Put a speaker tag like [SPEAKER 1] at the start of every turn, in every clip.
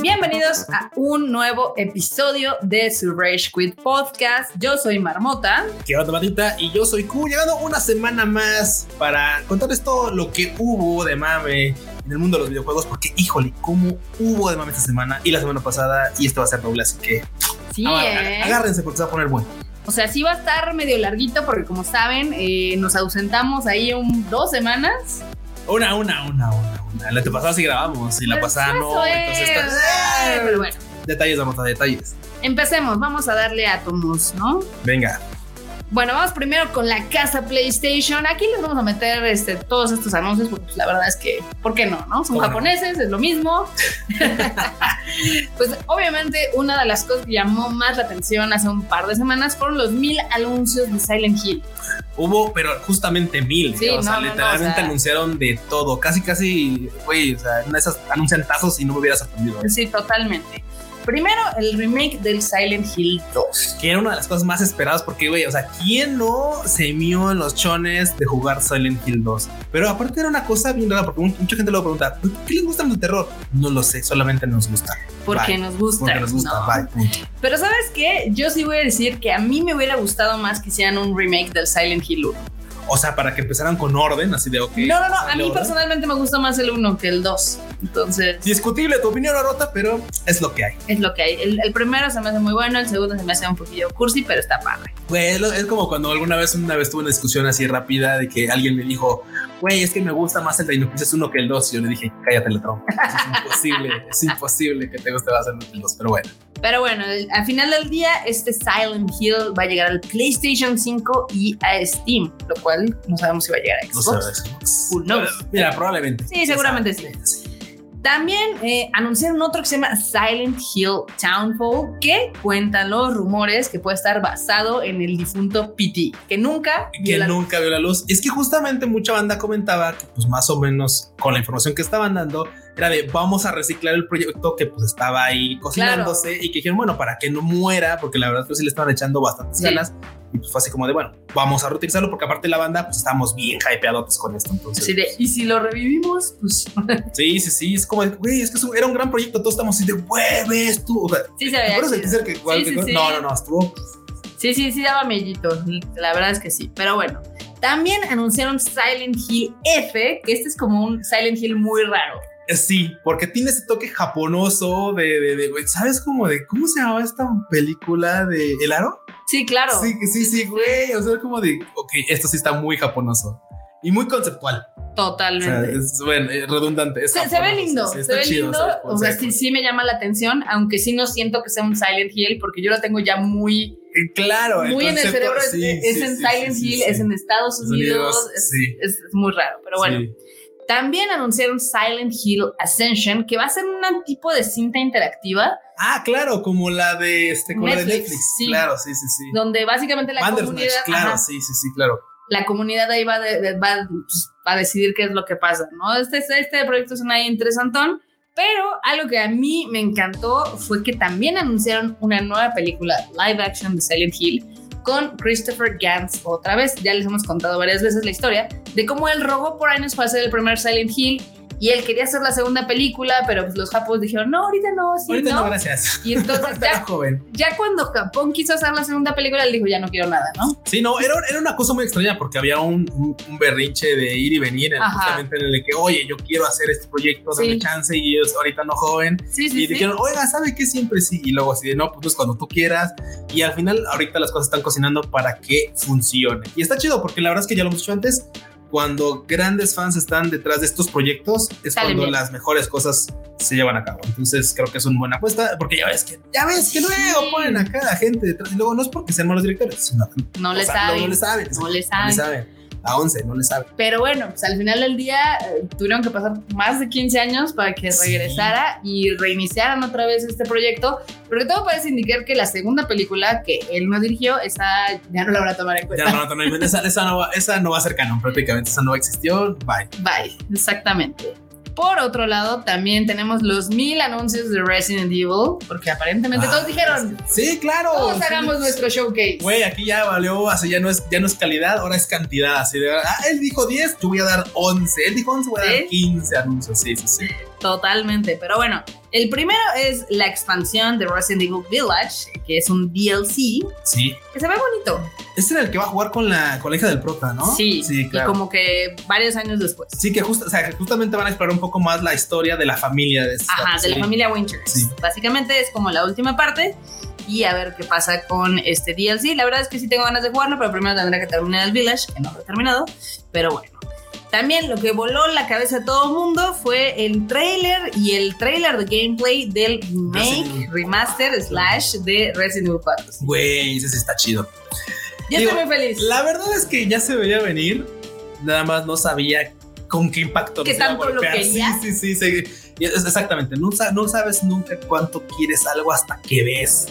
[SPEAKER 1] Bienvenidos a un nuevo episodio de su Rage Quit Podcast. Yo soy Marmota.
[SPEAKER 2] ¿Qué onda, bandita? Y yo soy Q, llegando una semana más para contarles todo lo que hubo de mame en el mundo de los videojuegos, porque híjole, cómo hubo de mame esta semana y la semana pasada, y esto va a ser doble, así que
[SPEAKER 1] Sí,
[SPEAKER 2] ah,
[SPEAKER 1] ¿eh?
[SPEAKER 2] agárrense porque se va a poner bueno.
[SPEAKER 1] O sea, sí va a estar medio larguito porque como saben, eh, nos ausentamos ahí un, dos semanas.
[SPEAKER 2] Una, una, una, una, una. La te pasada sí grabamos y la
[SPEAKER 1] Pero
[SPEAKER 2] pasada
[SPEAKER 1] eso
[SPEAKER 2] no. Entonces
[SPEAKER 1] es,
[SPEAKER 2] está-
[SPEAKER 1] eh, Pero bueno,
[SPEAKER 2] Detalles, vamos a detalles.
[SPEAKER 1] empecemos. Vamos a darle átomos, ¿no?
[SPEAKER 2] Venga.
[SPEAKER 1] Bueno, vamos primero con la casa PlayStation. Aquí les vamos a meter este, todos estos anuncios, porque pues, la verdad es que, ¿por qué no? no? Son
[SPEAKER 2] ¿Cómo no?
[SPEAKER 1] japoneses, es lo mismo. pues obviamente una de las cosas que llamó más la atención hace un par de semanas fueron los mil anuncios de Silent Hill.
[SPEAKER 2] Hubo, pero justamente mil.
[SPEAKER 1] Sí,
[SPEAKER 2] ¿eh? o sea,
[SPEAKER 1] no, no, no,
[SPEAKER 2] literalmente
[SPEAKER 1] o sea-
[SPEAKER 2] anunciaron de todo. Casi, casi, güey, o sea, una de esas anuncian tazos y no me hubiera sorprendido. ¿eh?
[SPEAKER 1] Pues Sí, totalmente. Primero, el remake del Silent Hill 2.
[SPEAKER 2] Que era una de las cosas más esperadas porque, güey, o sea, ¿quién no se mió en los chones de jugar Silent Hill 2? Pero aparte era una cosa bien rara porque mu- mucha gente lo pregunta, ¿por qué les gustan los de terror? No lo sé, solamente nos gusta.
[SPEAKER 1] Porque
[SPEAKER 2] Bye.
[SPEAKER 1] nos gusta.
[SPEAKER 2] Porque nos gusta,
[SPEAKER 1] ¿no?
[SPEAKER 2] bye, punto.
[SPEAKER 1] Pero ¿sabes qué? Yo sí voy a decir que a mí me hubiera gustado más que hicieran un remake del Silent Hill 1.
[SPEAKER 2] O sea, para que empezaran con orden, así de, ok.
[SPEAKER 1] No, no, no. A
[SPEAKER 2] sale
[SPEAKER 1] mí
[SPEAKER 2] orden.
[SPEAKER 1] personalmente me gusta más el 1 que el 2. Entonces,
[SPEAKER 2] Discutible tu opinión, Arota, pero es lo que hay.
[SPEAKER 1] es lo que hay. El, el primero se me hace muy bueno, el segundo se me hace un poquillo cursi, pero está padre.
[SPEAKER 2] Güey, es, lo- es como cuando alguna vez una vez tuve una discusión así rápida de que alguien me dijo, güey, es que me gusta más el Dinocrisis 1 que el 2. Y yo le dije, cállate, letrón. Es imposible, es imposible que te guste más el 2. Pero bueno,
[SPEAKER 1] Pero bueno, el- al final del día, este Silent Hill va a llegar al PlayStation 5 y a Steam, lo cual no sabemos si va a llegar a
[SPEAKER 2] no
[SPEAKER 1] Xbox.
[SPEAKER 2] sabes.
[SPEAKER 1] Who knows?
[SPEAKER 2] Mira, probablemente.
[SPEAKER 1] Sí, seguramente sí. También eh, anunciaron otro que se llama Silent Hill Townfall, que cuentan los rumores que puede estar basado en el difunto PT, que nunca
[SPEAKER 2] Que
[SPEAKER 1] vio la-
[SPEAKER 2] nunca vio la luz. Es que justamente mucha banda comentaba que, pues, más o menos con la información que estaban dando, era de vamos a reciclar el proyecto que, pues, estaba ahí cocinándose y que dijeron, bueno, para que no muera, porque la verdad es que sí le estaban echando bastantes
[SPEAKER 1] Sí.
[SPEAKER 2] ganas. Y pues fue así como de, bueno, vamos a reutilizarlo, porque aparte la banda, pues, estamos bien hypeados con esto. Entonces,
[SPEAKER 1] Así de, y si lo revivimos, pues
[SPEAKER 2] sí, sí, sí. Es como, de, güey, es que es un- era un gran proyecto. Todos estamos así de, güey, ves tú. O sea,
[SPEAKER 1] sí se
[SPEAKER 2] ¿te
[SPEAKER 1] veía
[SPEAKER 2] acuerdas del
[SPEAKER 1] chido.
[SPEAKER 2] teaser
[SPEAKER 1] Sí,
[SPEAKER 2] que-
[SPEAKER 1] sí, sí.
[SPEAKER 2] No, no, no, estuvo.
[SPEAKER 1] Sí, sí, sí daba mellito. La verdad es que sí. Pero bueno. También anunciaron Silent Hill F, que este es como un Silent Hill muy raro.
[SPEAKER 2] Eh, Sí, porque tiene ese toque japonoso de, de, de, güey, ¿sabes cómo de cómo se llamaba esta película de El Aro?
[SPEAKER 1] Sí, claro.
[SPEAKER 2] Sí, sí, sí, güey, o sea, como de, ok, esto sí está muy japonoso y muy conceptual. O sea,
[SPEAKER 1] Totalmente.
[SPEAKER 2] es bueno, eh, redundante. es
[SPEAKER 1] se, se ve
[SPEAKER 2] japonoso,
[SPEAKER 1] lindo,
[SPEAKER 2] sí, sí,
[SPEAKER 1] se
[SPEAKER 2] está
[SPEAKER 1] ve
[SPEAKER 2] chido,
[SPEAKER 1] lindo.
[SPEAKER 2] o sea,
[SPEAKER 1] O sea, sí,
[SPEAKER 2] cool.
[SPEAKER 1] sí me llama la atención, aunque sí no siento que sea un Silent Hill, porque yo lo tengo ya muy,
[SPEAKER 2] Eh, Claro,
[SPEAKER 1] muy en el
[SPEAKER 2] concepto-
[SPEAKER 1] cerebro. Es-
[SPEAKER 2] sí,
[SPEAKER 1] es
[SPEAKER 2] sí,
[SPEAKER 1] en
[SPEAKER 2] sí,
[SPEAKER 1] Silent
[SPEAKER 2] sí, sí,
[SPEAKER 1] Hill,
[SPEAKER 2] sí.
[SPEAKER 1] es en Estados Unidos. es,
[SPEAKER 2] sí,
[SPEAKER 1] es- es muy raro, pero bueno.
[SPEAKER 2] sí.
[SPEAKER 1] También anunciaron Silent Hill Ascension, que va a ser un tipo de cinta interactiva
[SPEAKER 2] Ah, claro, como la de este, como la de
[SPEAKER 1] Netflix,
[SPEAKER 2] Netflix.
[SPEAKER 1] sí.
[SPEAKER 2] Claro, sí, sí, sí.
[SPEAKER 1] donde básicamente la
[SPEAKER 2] Bandersnatch,
[SPEAKER 1] comunidad,
[SPEAKER 2] claro,
[SPEAKER 1] ajá,
[SPEAKER 2] sí, sí, sí, claro.
[SPEAKER 1] la comunidad ahí va, de- de- va, pues, va a decidir qué es lo que pasa, ¿no? Este, este proyecto es una interesantón, pero algo que a mí me encantó fue que también anunciaron una nueva película live action de Silent Hill con Christopher Gans otra vez. Ya les hemos contado varias veces la historia de cómo él rogó por años para hacer el primer Silent Hill y él quería hacer la segunda película, pero pues, los japos dijeron, no, ahorita no, sí,
[SPEAKER 2] Ahorita
[SPEAKER 1] no.
[SPEAKER 2] no, gracias.
[SPEAKER 1] Y entonces
[SPEAKER 2] Está
[SPEAKER 1] ya,
[SPEAKER 2] joven.
[SPEAKER 1] ya cuando Japón quiso hacer la segunda película, él dijo, ya no quiero nada, ¿no?
[SPEAKER 2] Sí, no, era, era una cosa muy extraña porque había un, un- un berrinche de ir y venir, en-
[SPEAKER 1] Ajá.
[SPEAKER 2] justamente en el de que, oye, yo quiero hacer este proyecto, dame
[SPEAKER 1] Sí.
[SPEAKER 2] chance, y ellos ahorita no joven.
[SPEAKER 1] Sí,
[SPEAKER 2] y
[SPEAKER 1] sí, sí.
[SPEAKER 2] dijeron, oiga, ¿sabe qué? Siempre sí. Y luego así de, no, pues cuando tú quieras. Y al final, ahorita las cosas están cocinando para que funcione. Y está chido porque la verdad es que ya lo hemos dicho antes, cuando grandes fans están detrás de estos proyectos, es
[SPEAKER 1] Salen
[SPEAKER 2] cuando
[SPEAKER 1] bien.
[SPEAKER 2] las mejores cosas se llevan a cabo. Entonces creo que es una buena apuesta porque ya ves que, ya ves que luego
[SPEAKER 1] Sí.
[SPEAKER 2] ponen acá a gente detrás. Y luego no es porque sean malos directores, sino
[SPEAKER 1] no le
[SPEAKER 2] o sea,
[SPEAKER 1] saben.
[SPEAKER 2] No, no le saben.
[SPEAKER 1] No le
[SPEAKER 2] No le
[SPEAKER 1] saben.
[SPEAKER 2] saben. A 11, no le saben.
[SPEAKER 1] Pero bueno, pues al final del día eh, tuvieron que pasar más de 15 años para que
[SPEAKER 2] Sí.
[SPEAKER 1] regresara y reiniciaran otra vez este proyecto. Porque todo parece indicar que la segunda película que él no dirigió, esa ya no la van a tomar en cuenta.
[SPEAKER 2] Ya no, no, no, esa, esa no va, esa no va a ser canon prácticamente. Esa no existió. Bye.
[SPEAKER 1] Bye, exactamente. Por otro lado, también tenemos los mil anuncios de Resident Evil, porque aparentemente
[SPEAKER 2] Ah,
[SPEAKER 1] todos dijeron,
[SPEAKER 2] Sí, claro.
[SPEAKER 1] todos
[SPEAKER 2] Sí,
[SPEAKER 1] hagamos nuestro showcase.
[SPEAKER 2] Güey, aquí ya valió, así ya no es, ya no es calidad, ahora es cantidad. Así de, ah, él dijo 10, yo voy a dar 11. Él dijo 11, voy a
[SPEAKER 1] ¿Sí?
[SPEAKER 2] dar 15 anuncios. Sí, sí, sí.
[SPEAKER 1] Totalmente, pero bueno, el primero es la expansión de Resident Evil Village, que es un DLC,
[SPEAKER 2] Sí.
[SPEAKER 1] que se ve bonito.
[SPEAKER 2] Este era el que va a jugar con la, con la hija del prota, ¿no?
[SPEAKER 1] Sí,
[SPEAKER 2] Sí,
[SPEAKER 1] y
[SPEAKER 2] claro.
[SPEAKER 1] como que varios años después.
[SPEAKER 2] Sí, que justa- o sea, que justamente van a explorar un poco más la historia de la familia de
[SPEAKER 1] Ajá, de la familia Winters.
[SPEAKER 2] Sí.
[SPEAKER 1] Básicamente es como la última parte y a ver qué pasa con este DLC. La verdad es que sí tengo ganas de jugarlo, pero primero tendré que terminar el Village, que no lo he terminado, pero bueno. También lo que voló la cabeza a todo mundo fue el trailer y el trailer de gameplay del
[SPEAKER 2] Resident
[SPEAKER 1] remake,
[SPEAKER 2] Evil.
[SPEAKER 1] remaster, slash de Resident Evil 4.
[SPEAKER 2] Güey, ese sí está chido.
[SPEAKER 1] Yo
[SPEAKER 2] Digo,
[SPEAKER 1] estoy muy feliz.
[SPEAKER 2] La verdad es que ya se veía venir, nada más no sabía con qué impacto
[SPEAKER 1] ¿Qué
[SPEAKER 2] nos iba a
[SPEAKER 1] tanto lo
[SPEAKER 2] golpear.
[SPEAKER 1] quería?
[SPEAKER 2] Sí, sí, sí, sí. Y es- Exactamente, no, sa- no sabes nunca cuánto quieres algo hasta que ves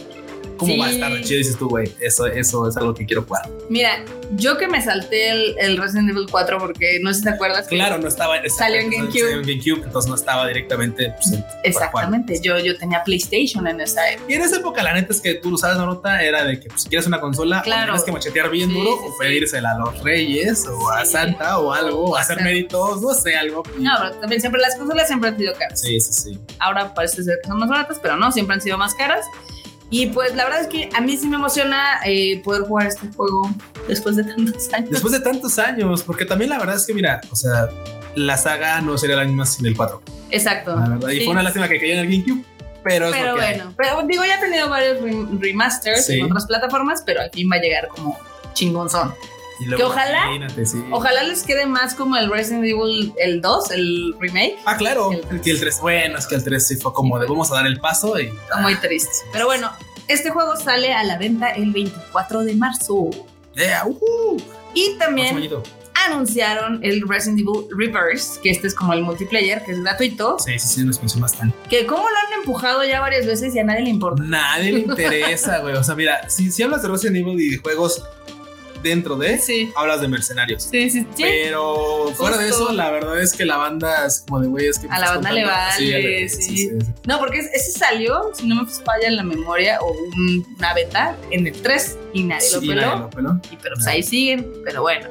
[SPEAKER 2] cómo va a
[SPEAKER 1] Sí.
[SPEAKER 2] estar de chido. Dices tú, güey, eso, eso es algo que quiero jugar.
[SPEAKER 1] Mira, yo que me salté el, el Resident Evil 4 porque no sé si te acuerdas. que-
[SPEAKER 2] Claro, no estaba
[SPEAKER 1] Salió en
[SPEAKER 2] exacto,
[SPEAKER 1] GameCube.
[SPEAKER 2] Salió en GameCube, entonces no estaba directamente. pues, en-
[SPEAKER 1] Exactamente, yo, yo tenía PlayStation en esa época.
[SPEAKER 2] Y en esa época, la neta es que tú lo sabes, Norota, era de que pues, si quieres una consola, o
[SPEAKER 1] Claro.
[SPEAKER 2] tienes que machetear bien
[SPEAKER 1] Sí,
[SPEAKER 2] duro
[SPEAKER 1] sí,
[SPEAKER 2] o
[SPEAKER 1] sí.
[SPEAKER 2] pedírsela a los reyes o a
[SPEAKER 1] Sí.
[SPEAKER 2] Santa o algo, o hacer
[SPEAKER 1] Exacto.
[SPEAKER 2] méritos, no sé, algo.
[SPEAKER 1] No, pero también siempre las consolas siempre han sido caras.
[SPEAKER 2] Sí, sí, sí.
[SPEAKER 1] Ahora parece ser que son más baratas, pero no, siempre han sido más caras. Y pues la verdad es que a mí sí me emociona eh, poder jugar este juego después de tantos años.
[SPEAKER 2] Después de tantos años, porque también la verdad es que, mira, o sea, la saga no sería la misma sin el 4.
[SPEAKER 1] Exacto.
[SPEAKER 2] La Ah, verdad, y
[SPEAKER 1] Ah, Sí,
[SPEAKER 2] fue una lástima que cayó en el GameCube, pero, es
[SPEAKER 1] Pero
[SPEAKER 2] lo que hay.
[SPEAKER 1] bueno, pero digo, ya he tenido varios rem- remasters
[SPEAKER 2] Sí.
[SPEAKER 1] en otras plataformas, pero al fin va a llegar como chingonzón.
[SPEAKER 2] Y luego,
[SPEAKER 1] que ojalá-
[SPEAKER 2] imagínate, sí.
[SPEAKER 1] Ojalá les quede más como el Resident Evil el 2, el remake,
[SPEAKER 2] Ah, claro,
[SPEAKER 1] El tres.
[SPEAKER 2] que el 3, bueno, es que el 3 sí fue como de vamos a dar el paso y
[SPEAKER 1] está muy triste. Pero bueno, este juego sale a la venta el 24 de marzo.
[SPEAKER 2] yeah, uh,
[SPEAKER 1] Y también
[SPEAKER 2] más bonito.
[SPEAKER 1] anunciaron el Resident Evil Reverse, que este es como el multiplayer, que es gratuito,
[SPEAKER 2] Sí, sí, sí, una expansión bastante.
[SPEAKER 1] que como lo han empujado ya varias veces y a nadie le importa.
[SPEAKER 2] Nadie le interesa, güey. O sea, mira, si, si hablas de Resident Evil y de juegos dentro de,
[SPEAKER 1] Sí,
[SPEAKER 2] hablas de mercenarios.
[SPEAKER 1] sí, sí, sí.
[SPEAKER 2] Pero fuera de
[SPEAKER 1] Justo.
[SPEAKER 2] eso, la verdad es que la banda es como de güey, es que.
[SPEAKER 1] A la banda le
[SPEAKER 2] Sí,
[SPEAKER 1] vale,
[SPEAKER 2] sí,
[SPEAKER 1] sí.
[SPEAKER 2] sí, sí.
[SPEAKER 1] No, porque es- ese salió, si no me falla en la memoria, o un- una venta en el 3 y nadie lo
[SPEAKER 2] Sí,
[SPEAKER 1] peló.
[SPEAKER 2] nadie lo peló.
[SPEAKER 1] Y pero pues ahí siguen, pero bueno.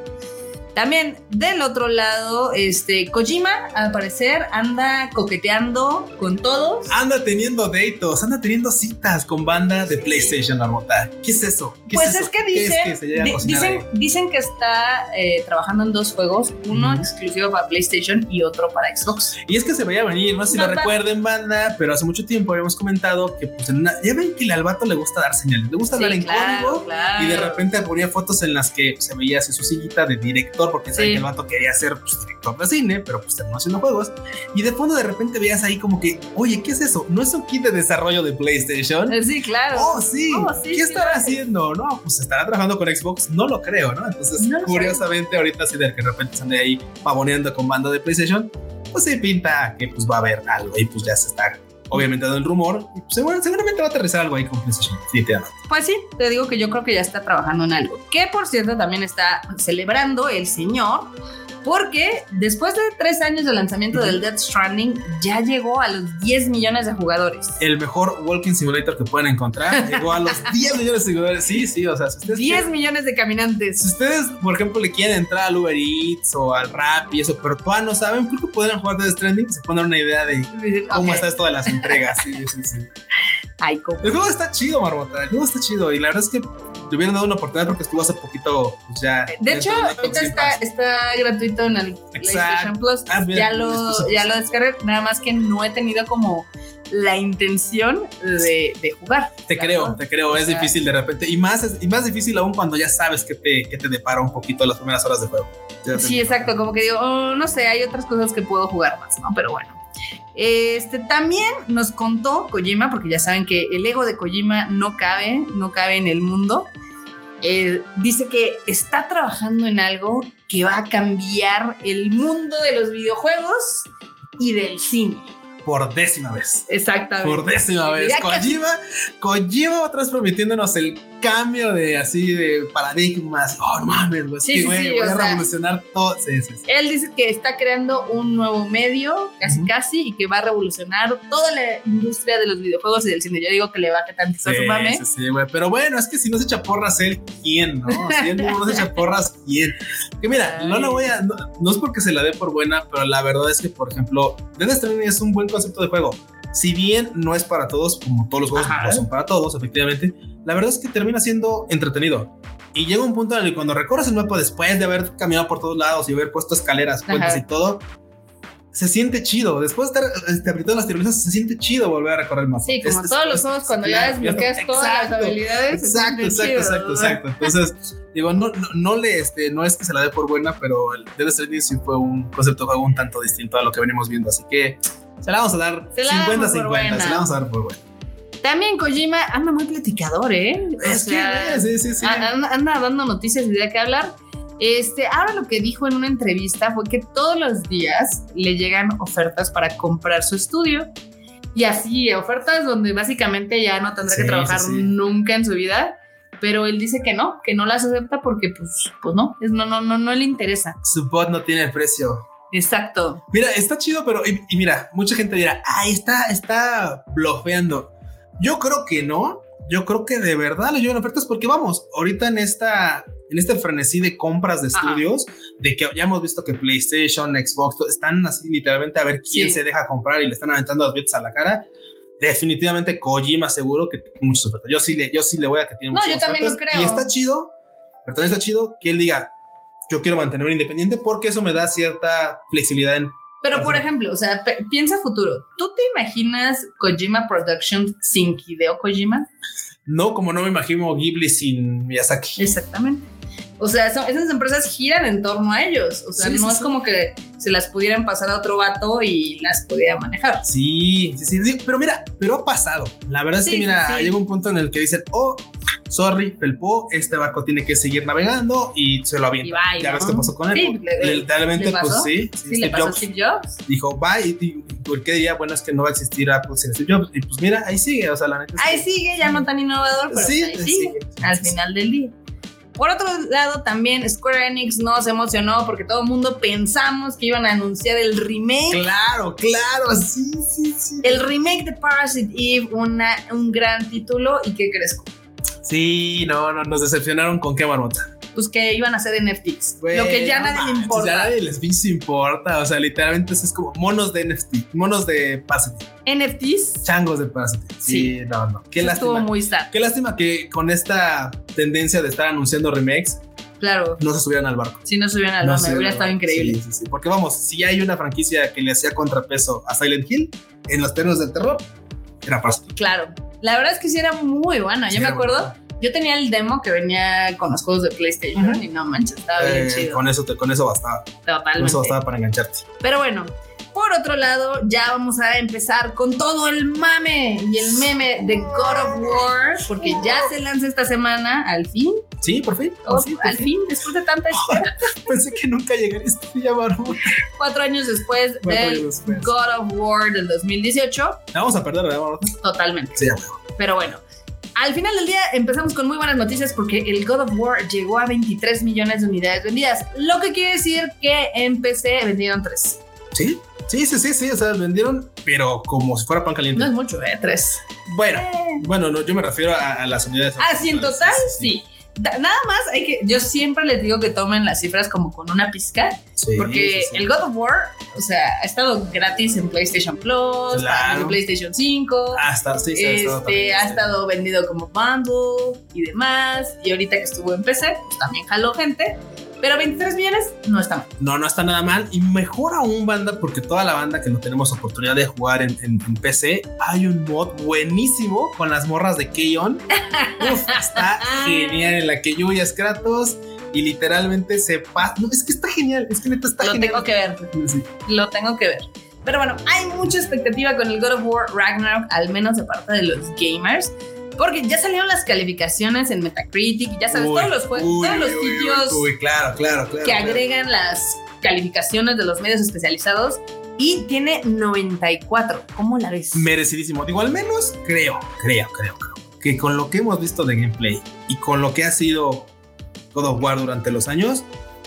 [SPEAKER 1] También del otro lado, este Kojima al parecer anda coqueteando con todos.
[SPEAKER 2] Anda teniendo datos, anda teniendo citas con banda de
[SPEAKER 1] Sí.
[SPEAKER 2] PlayStation a rota. ¿Qué es eso? ¿Qué
[SPEAKER 1] Pues es
[SPEAKER 2] eso?
[SPEAKER 1] que
[SPEAKER 2] ¿Qué
[SPEAKER 1] dicen,
[SPEAKER 2] que se llega a
[SPEAKER 1] di-
[SPEAKER 2] cocinar
[SPEAKER 1] dicen,
[SPEAKER 2] ahí?
[SPEAKER 1] dicen que está eh, trabajando en dos juegos, uno
[SPEAKER 2] Ujú.
[SPEAKER 1] exclusivo para PlayStation y otro para Xbox.
[SPEAKER 2] Y es que se veía venir, no sé si
[SPEAKER 1] No,
[SPEAKER 2] lo
[SPEAKER 1] no.
[SPEAKER 2] recuerden, banda, pero hace mucho tiempo habíamos comentado que, pues, en una- ya ven que al vato le gusta dar señales, le gusta hablar en código,
[SPEAKER 1] claro.
[SPEAKER 2] Y de repente ponía fotos en las que se veía así su sillita de director, porque saben
[SPEAKER 1] Sí.
[SPEAKER 2] que el vato quería ser pues, director de cine, pero pues terminó haciendo juegos. Y de fondo de repente veías ahí como que, oye, ¿qué es eso? ¿No es un kit de desarrollo de PlayStation?
[SPEAKER 1] Eh, Sí, claro.
[SPEAKER 2] Oh, sí.
[SPEAKER 1] Oh, sí,
[SPEAKER 2] ¿Qué
[SPEAKER 1] sí,
[SPEAKER 2] estará
[SPEAKER 1] lo hace.
[SPEAKER 2] haciendo? No, pues estará trabajando con Xbox, no lo creo, ¿no? Entonces,
[SPEAKER 1] No lo
[SPEAKER 2] curiosamente, ahorita sí de que de repente se ande ahí pavoneando con banda de PlayStation, pues sí pinta que pues va a haber algo y pues ya se está obviamente dando el rumor. Y, pues, segura- seguramente va a aterrizar algo ahí con PlayStation, definitivamente.
[SPEAKER 1] Pues sí, te digo que yo creo que ya está trabajando en algo. Que por cierto también está celebrando el señor, porque después de tres años de lanzamiento
[SPEAKER 2] Ujú.
[SPEAKER 1] del Death Stranding, ya llegó a los 10 millones de jugadores.
[SPEAKER 2] el mejor Walking Simulator que pueden encontrar. Llegó a los 10 millones de seguidores. Sí, sí, o sea, si ustedes,
[SPEAKER 1] 10
[SPEAKER 2] quieren-
[SPEAKER 1] millones de
[SPEAKER 2] si
[SPEAKER 1] caminantes.
[SPEAKER 2] ustedes, por ejemplo, le quieren entrar al Uber Eats o al Rap y eso, pero todavía no saben, creo que podrían jugar Death Stranding y se ponen una idea de cómo
[SPEAKER 1] Ok.
[SPEAKER 2] está esto de las entregas. Sí, sí, sí.
[SPEAKER 1] Ay, cómo.
[SPEAKER 2] El juego está chido, Marmota. El juego está chido. Y la verdad es que le hubieran dado una oportunidad porque estuvo hace poquito, pues ya.
[SPEAKER 1] De hecho,
[SPEAKER 2] dentro la
[SPEAKER 1] ahorita
[SPEAKER 2] Xbox
[SPEAKER 1] está, está gratuito en el PlayStation Plus.
[SPEAKER 2] Ah, mira,
[SPEAKER 1] ya, lo,
[SPEAKER 2] excusa.
[SPEAKER 1] ya lo descargué, nada más que no he tenido como la intención de, de jugar.
[SPEAKER 2] Te creo, te creo, es
[SPEAKER 1] O sea-
[SPEAKER 2] difícil de repente. Y más, es- y más difícil aún cuando ya sabes que te, que te depara un poquito las primeras horas de juego. Ya te-
[SPEAKER 1] Sí, exacto, como que digo, "Oh, no sé, hay otras cosas que puedo jugar más, ¿no? Pero bueno. Este también nos contó Kojima, porque ya saben que el ego de Kojima no cabe, no cabe en el mundo. Eh, dice que está trabajando en algo que va a cambiar el mundo de los videojuegos y del cine.
[SPEAKER 2] Por décima vez.
[SPEAKER 1] Exactamente.
[SPEAKER 2] Por décima vez.
[SPEAKER 1] Ya casi.
[SPEAKER 2] Kojima, Kojima otra vez prometiéndonos el cambio de así de paradigmas. Oh, no mames, güey,
[SPEAKER 1] Sí, sí,
[SPEAKER 2] güey,
[SPEAKER 1] sí,
[SPEAKER 2] voy
[SPEAKER 1] o
[SPEAKER 2] a
[SPEAKER 1] sea.
[SPEAKER 2] revolucionar todo. Sí, sí, sí.
[SPEAKER 1] Él dice que está creando un nuevo medio, casi
[SPEAKER 2] Ujú.
[SPEAKER 1] casi, y que va a revolucionar toda la industria de los videojuegos y del cine. Yo digo que le va a quitar tanto
[SPEAKER 2] Sí,
[SPEAKER 1] su mame.
[SPEAKER 2] sí, sí, güey. Pero bueno, es que si no se echa porras él, ¿quién? ¿No? Si él mismo no se echa porras, ¿quién? Que mira, no lo voy a. No, no es porque se la dé por buena, pero la verdad es que, por ejemplo, Death Stranding es un buen concepto de juego. Si bien no es para todos, como todos los juegos
[SPEAKER 1] Ajá.
[SPEAKER 2] no son para todos, efectivamente, la verdad es que termina siendo entretenido. Y llega un punto en el que cuando recorres el mapa después de haber caminado por todos lados y haber puesto escaleras, puentes
[SPEAKER 1] Ajá.
[SPEAKER 2] y todo, se siente chido. Después de estar este, apretando las tirolesas, se siente chido volver a recorrer el mapa. Este
[SPEAKER 1] Sí, como
[SPEAKER 2] Es- es-
[SPEAKER 1] todos los
[SPEAKER 2] es-
[SPEAKER 1] juegos, cuando ya
[SPEAKER 2] claro,
[SPEAKER 1] desbloqueas todas las
[SPEAKER 2] exacto,
[SPEAKER 1] habilidades. se
[SPEAKER 2] Exacto,
[SPEAKER 1] siente
[SPEAKER 2] exacto,
[SPEAKER 1] chido,
[SPEAKER 2] exacto,
[SPEAKER 1] ¿verdad?
[SPEAKER 2] exacto. Entonces, digo, no, no, no le, este, no es que se la dé por buena, pero el Dead Stranding sí fue un concepto de juego un tanto distinto a lo que venimos viendo. Así que se la vamos a dar
[SPEAKER 1] Se la damos por
[SPEAKER 2] 50-50, se
[SPEAKER 1] buena.
[SPEAKER 2] la vamos a dar por buena.
[SPEAKER 1] También Kojima anda muy platicador, ¿eh? O
[SPEAKER 2] Es que,
[SPEAKER 1] sea,
[SPEAKER 2] eh, sí, sí, sí.
[SPEAKER 1] a- anda, anda dando noticias y de qué hablar. Este, ahora lo que dijo en una entrevista fue que todos los días le llegan ofertas para comprar su estudio. Y así, ofertas donde básicamente ya no tendrá que
[SPEAKER 2] Sí,
[SPEAKER 1] trabajar
[SPEAKER 2] sí, sí.
[SPEAKER 1] nunca en su vida. Pero él dice que no, que no las acepta porque pues, pues no, es, no, no, no, no le interesa.
[SPEAKER 2] Su bot no tiene precio.
[SPEAKER 1] Exacto.
[SPEAKER 2] Mira, está chido, pero. Y, y mira, mucha gente dirá, ah, está, está bloqueando. Yo creo que no. Yo creo que de verdad le llegan ofertas porque vamos, ahorita en esta. En este frenesí de compras de
[SPEAKER 1] Ajá.
[SPEAKER 2] estudios, de que ya hemos visto que PlayStation, Xbox, to- están así literalmente a ver quién
[SPEAKER 1] Sí.
[SPEAKER 2] se deja comprar y le están aventando las billetes a la cara. Definitivamente Kojima seguro que tiene muchas ofertas. Yo sí le, yo sí le voy a que tiene
[SPEAKER 1] No, yo
[SPEAKER 2] muchas
[SPEAKER 1] también lo
[SPEAKER 2] ofertas.
[SPEAKER 1] creo.
[SPEAKER 2] Y está chido, pero también está chido que él diga, yo quiero mantenerme independiente porque eso me da cierta flexibilidad en
[SPEAKER 1] Pero por
[SPEAKER 2] Ajá.
[SPEAKER 1] ejemplo, o sea, pe- piensa futuro. ¿Tú te imaginas Kojima Productions sin Hideo Kojima?
[SPEAKER 2] No, como no me imagino Ghibli sin Miyazaki.
[SPEAKER 1] Exactamente. O sea, son- esas empresas giran en torno a ellos. O sea,
[SPEAKER 2] Sí,
[SPEAKER 1] no
[SPEAKER 2] sí,
[SPEAKER 1] es
[SPEAKER 2] sí.
[SPEAKER 1] como que se las pudieran pasar a otro vato y las pudiera manejar.
[SPEAKER 2] Sí, sí, sí, sí, pero mira, pero ha pasado. La verdad es
[SPEAKER 1] Sí,
[SPEAKER 2] que mira,
[SPEAKER 1] sí, sí.
[SPEAKER 2] llega un punto en el que dicen, oh, sorry, Pelpo, este barco tiene que seguir navegando y se lo avienta.
[SPEAKER 1] Y bye,
[SPEAKER 2] ya
[SPEAKER 1] ¿no?
[SPEAKER 2] ves qué pasó con él.
[SPEAKER 1] Sí, le- le-
[SPEAKER 2] Literalmente,
[SPEAKER 1] ¿le pasó?
[SPEAKER 2] pues sí, sí,
[SPEAKER 1] Sí, le
[SPEAKER 2] Steve
[SPEAKER 1] pasó a
[SPEAKER 2] Jobs
[SPEAKER 1] Steve Jobs.
[SPEAKER 2] dijo, bye, y, y- ¿por qué diría? Bueno, es que no va a existir Apple sin Steve Jobs. Y pues mira, ahí sigue, o sea, la neta. es
[SPEAKER 1] Ahí
[SPEAKER 2] que-
[SPEAKER 1] sigue, ya no tan innovador, pero
[SPEAKER 2] Sí,
[SPEAKER 1] ahí
[SPEAKER 2] sí,
[SPEAKER 1] sigue. al final del día. Por otro lado, también Square Enix nos emocionó porque todo el mundo pensamos que iban a anunciar el remake
[SPEAKER 2] Claro, claro, sí, sí, sí.
[SPEAKER 1] El remake de Parasite Eve, una, un gran título, ¿y qué crees?
[SPEAKER 2] Sí, no, no, nos decepcionaron con qué marmota.
[SPEAKER 1] Pues que iban a hacer en Netflix.
[SPEAKER 2] Güey,
[SPEAKER 1] lo que ya
[SPEAKER 2] no
[SPEAKER 1] nadie le
[SPEAKER 2] manches, Ya
[SPEAKER 1] importa.
[SPEAKER 2] nadie les pinches importa. O sea, literalmente eso es como monos de NFT, monos de Parasite,
[SPEAKER 1] NFTs
[SPEAKER 2] changos de Parasite. Sí, no, no. Qué
[SPEAKER 1] eso estuvo
[SPEAKER 2] lástima.
[SPEAKER 1] muy sad,
[SPEAKER 2] Qué lástima que con esta tendencia de estar anunciando remakes
[SPEAKER 1] claro.
[SPEAKER 2] no se subieran al barco.
[SPEAKER 1] Si Ah, no subieran al
[SPEAKER 2] No
[SPEAKER 1] nombre,
[SPEAKER 2] se
[SPEAKER 1] hubiera
[SPEAKER 2] subieran
[SPEAKER 1] estado
[SPEAKER 2] al barco.
[SPEAKER 1] increíble.
[SPEAKER 2] Sí, sí, sí. Porque vamos, si hay una franquicia que le hacía contrapeso a Silent Hill en los términos del terror, era Parasite.
[SPEAKER 1] Claro. La verdad es que sí era muy buena. Ah, Yo
[SPEAKER 2] Sí,
[SPEAKER 1] me
[SPEAKER 2] era
[SPEAKER 1] acuerdo,
[SPEAKER 2] bueno.
[SPEAKER 1] yo tenía el demo que venía con los juegos de PlayStation
[SPEAKER 2] Ujú.
[SPEAKER 1] y no manches, estaba bien
[SPEAKER 2] Eh,
[SPEAKER 1] chido.
[SPEAKER 2] con eso te, con eso bastaba. Con
[SPEAKER 1] Totalmente.
[SPEAKER 2] eso bastaba para engancharte.
[SPEAKER 1] Pero bueno, por otro lado, ya vamos a empezar con todo el mame y el meme de God of War, porque ya se lanza esta semana, al fin.
[SPEAKER 2] Sí, por fin.
[SPEAKER 1] Oh,
[SPEAKER 2] Sí, por
[SPEAKER 1] al fin, después de tanta espera,
[SPEAKER 2] Pensé que nunca llegaría este día, Barbo.
[SPEAKER 1] cuatro años después
[SPEAKER 2] Bueno,
[SPEAKER 1] del
[SPEAKER 2] después.
[SPEAKER 1] God of War del 2018,
[SPEAKER 2] La vamos a perder, ¿verdad, Marmota?
[SPEAKER 1] totalmente.
[SPEAKER 2] Sí, ya.
[SPEAKER 1] Pero bueno, al final del día empezamos con muy buenas noticias porque el God of War llegó a 23 millones de unidades vendidas, lo que quiere decir que en PC vendieron 3.
[SPEAKER 2] Sí, sí, sí, sí, sí, o sea, vendieron, pero como si fuera pan caliente.
[SPEAKER 1] No es mucho, ¿eh? 3.
[SPEAKER 2] Bueno, bueno, no, yo me refiero a, a las unidades.
[SPEAKER 1] Ah, sí, en total, Eh, sí. Da- Nada más hay que. Yo siempre les digo que tomen las cifras como con una pizca,
[SPEAKER 2] Sí,
[SPEAKER 1] porque
[SPEAKER 2] sí, sí.
[SPEAKER 1] el God of War, o sea, ha estado gratis en PlayStation Plus,
[SPEAKER 2] Claro.
[SPEAKER 1] en PlayStation 5.
[SPEAKER 2] Hasta, Ah, sí, sí, ha estado
[SPEAKER 1] este,
[SPEAKER 2] también,
[SPEAKER 1] ha
[SPEAKER 2] sí.
[SPEAKER 1] estado vendido como bundle y demás. Y ahorita que estuvo en PC, pues también jaló gente. Pero 23 millones no está mal.
[SPEAKER 2] No, no está nada mal. Y mejor aún, banda, porque toda la banda que no tenemos oportunidad de jugar en, en- en PC, hay un mod buenísimo con las morras de Keyon. Uf, está genial en la que Yuya es Kratos y literalmente se pasa. No, es que está genial, es que neta está
[SPEAKER 1] Lo
[SPEAKER 2] genial.
[SPEAKER 1] tengo que ver,
[SPEAKER 2] Sí.
[SPEAKER 1] lo tengo que ver. Pero bueno, hay mucha expectativa con el God of War Ragnarok, al menos de parte de los gamers. Porque ya salieron las calificaciones en Metacritic, ya sabes,
[SPEAKER 2] Uy,
[SPEAKER 1] todos los, jue-
[SPEAKER 2] uy,
[SPEAKER 1] todos los
[SPEAKER 2] uy, uy,
[SPEAKER 1] sitios
[SPEAKER 2] uy, claro, claro, claro.
[SPEAKER 1] que
[SPEAKER 2] claro.
[SPEAKER 1] agregan las calificaciones de los medios especializados y tiene 94. ¿Cómo la ves?
[SPEAKER 2] Merecidísimo. Digo, al menos creo, creo, creo, creo, que con lo que hemos visto de gameplay y con lo que ha sido God of War durante los años,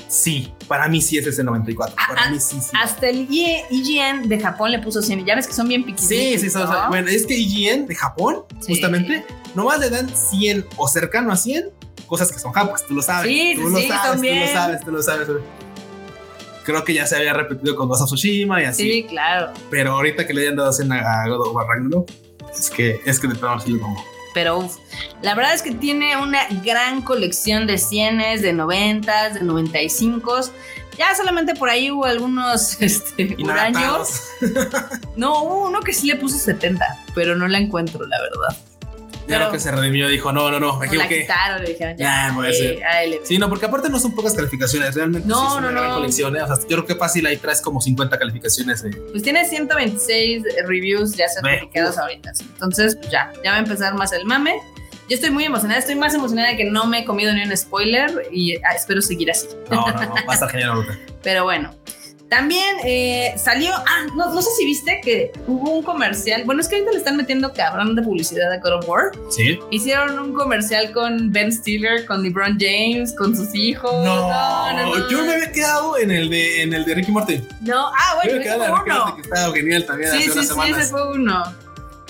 [SPEAKER 2] sí, para mí sí es ese 94. Para
[SPEAKER 1] Ah,
[SPEAKER 2] mí sí, sí.
[SPEAKER 1] Hasta el E- EGN de Japón le puso 100. Ya ves que son bien
[SPEAKER 2] Sí,
[SPEAKER 1] piquisitos.
[SPEAKER 2] sí, sí, o
[SPEAKER 1] ¿no?
[SPEAKER 2] sea, bueno, es que IGN de Japón,
[SPEAKER 1] Sí.
[SPEAKER 2] justamente, nomás le dan 100 o cercano a 100 cosas que son japas, tú lo sabes.
[SPEAKER 1] Sí,
[SPEAKER 2] tú
[SPEAKER 1] sí,
[SPEAKER 2] lo
[SPEAKER 1] sí,
[SPEAKER 2] sabes,
[SPEAKER 1] también.
[SPEAKER 2] tú lo sabes, tú lo sabes. Creo que ya se había repetido con Ghost of Tsushima y así,
[SPEAKER 1] Sí, claro.
[SPEAKER 2] pero ahorita que le hayan dado 100 a a God of War Ragnarok, es que, es que de plano sí lo como.
[SPEAKER 1] Pero uf, la verdad es que tiene una gran colección de 100, de 90, de 95. Ya solamente por ahí hubo algunos este,
[SPEAKER 2] Y nada,
[SPEAKER 1] huraños.
[SPEAKER 2] Thanos.
[SPEAKER 1] No, hubo uno que sí le puso 70, pero no la encuentro, la verdad.
[SPEAKER 2] Ya
[SPEAKER 1] Pero-
[SPEAKER 2] lo que se redimió dijo, no, no, no, me
[SPEAKER 1] O la
[SPEAKER 2] equivoqué.
[SPEAKER 1] quitaron, le dijeron, ya,
[SPEAKER 2] Ya, puede ser.
[SPEAKER 1] eh, ahí le-
[SPEAKER 2] Sí, no, porque aparte no son pocas calificaciones, realmente
[SPEAKER 1] No,
[SPEAKER 2] sí es una
[SPEAKER 1] no,
[SPEAKER 2] gran
[SPEAKER 1] no.
[SPEAKER 2] colección. ¿eh? O sea, yo creo que fácil ahí traes como 50 calificaciones. eh.
[SPEAKER 1] Pues tiene 126 reviews ya certificados ahorita. Entonces, pues ya, ya va a empezar más el mame. Yo estoy muy emocionada, estoy más emocionada que no me he comido ni un spoiler y ah, espero seguir así.
[SPEAKER 2] No, no, no, va a estar genial ahorita.
[SPEAKER 1] Pero bueno, también eh, salió, ah, no, no sé si viste que hubo un comercial, bueno, es que ahorita le están metiendo cabrón de publicidad a God of War.
[SPEAKER 2] Sí.
[SPEAKER 1] Hicieron un comercial con Ben Stiller, con LeBron James, con sus hijos.
[SPEAKER 2] No,
[SPEAKER 1] Oh, no, no.
[SPEAKER 2] yo me había quedado en el de, en el de Ricky Morty.
[SPEAKER 1] No, ah,
[SPEAKER 2] yo
[SPEAKER 1] bueno,
[SPEAKER 2] me
[SPEAKER 1] ese
[SPEAKER 2] quedaba en
[SPEAKER 1] fue
[SPEAKER 2] el de Ricky
[SPEAKER 1] uno.
[SPEAKER 2] Morty, que estaba genial también
[SPEAKER 1] Sí,
[SPEAKER 2] hace
[SPEAKER 1] sí,
[SPEAKER 2] unas
[SPEAKER 1] sí, ese
[SPEAKER 2] semanas.
[SPEAKER 1] fue uno.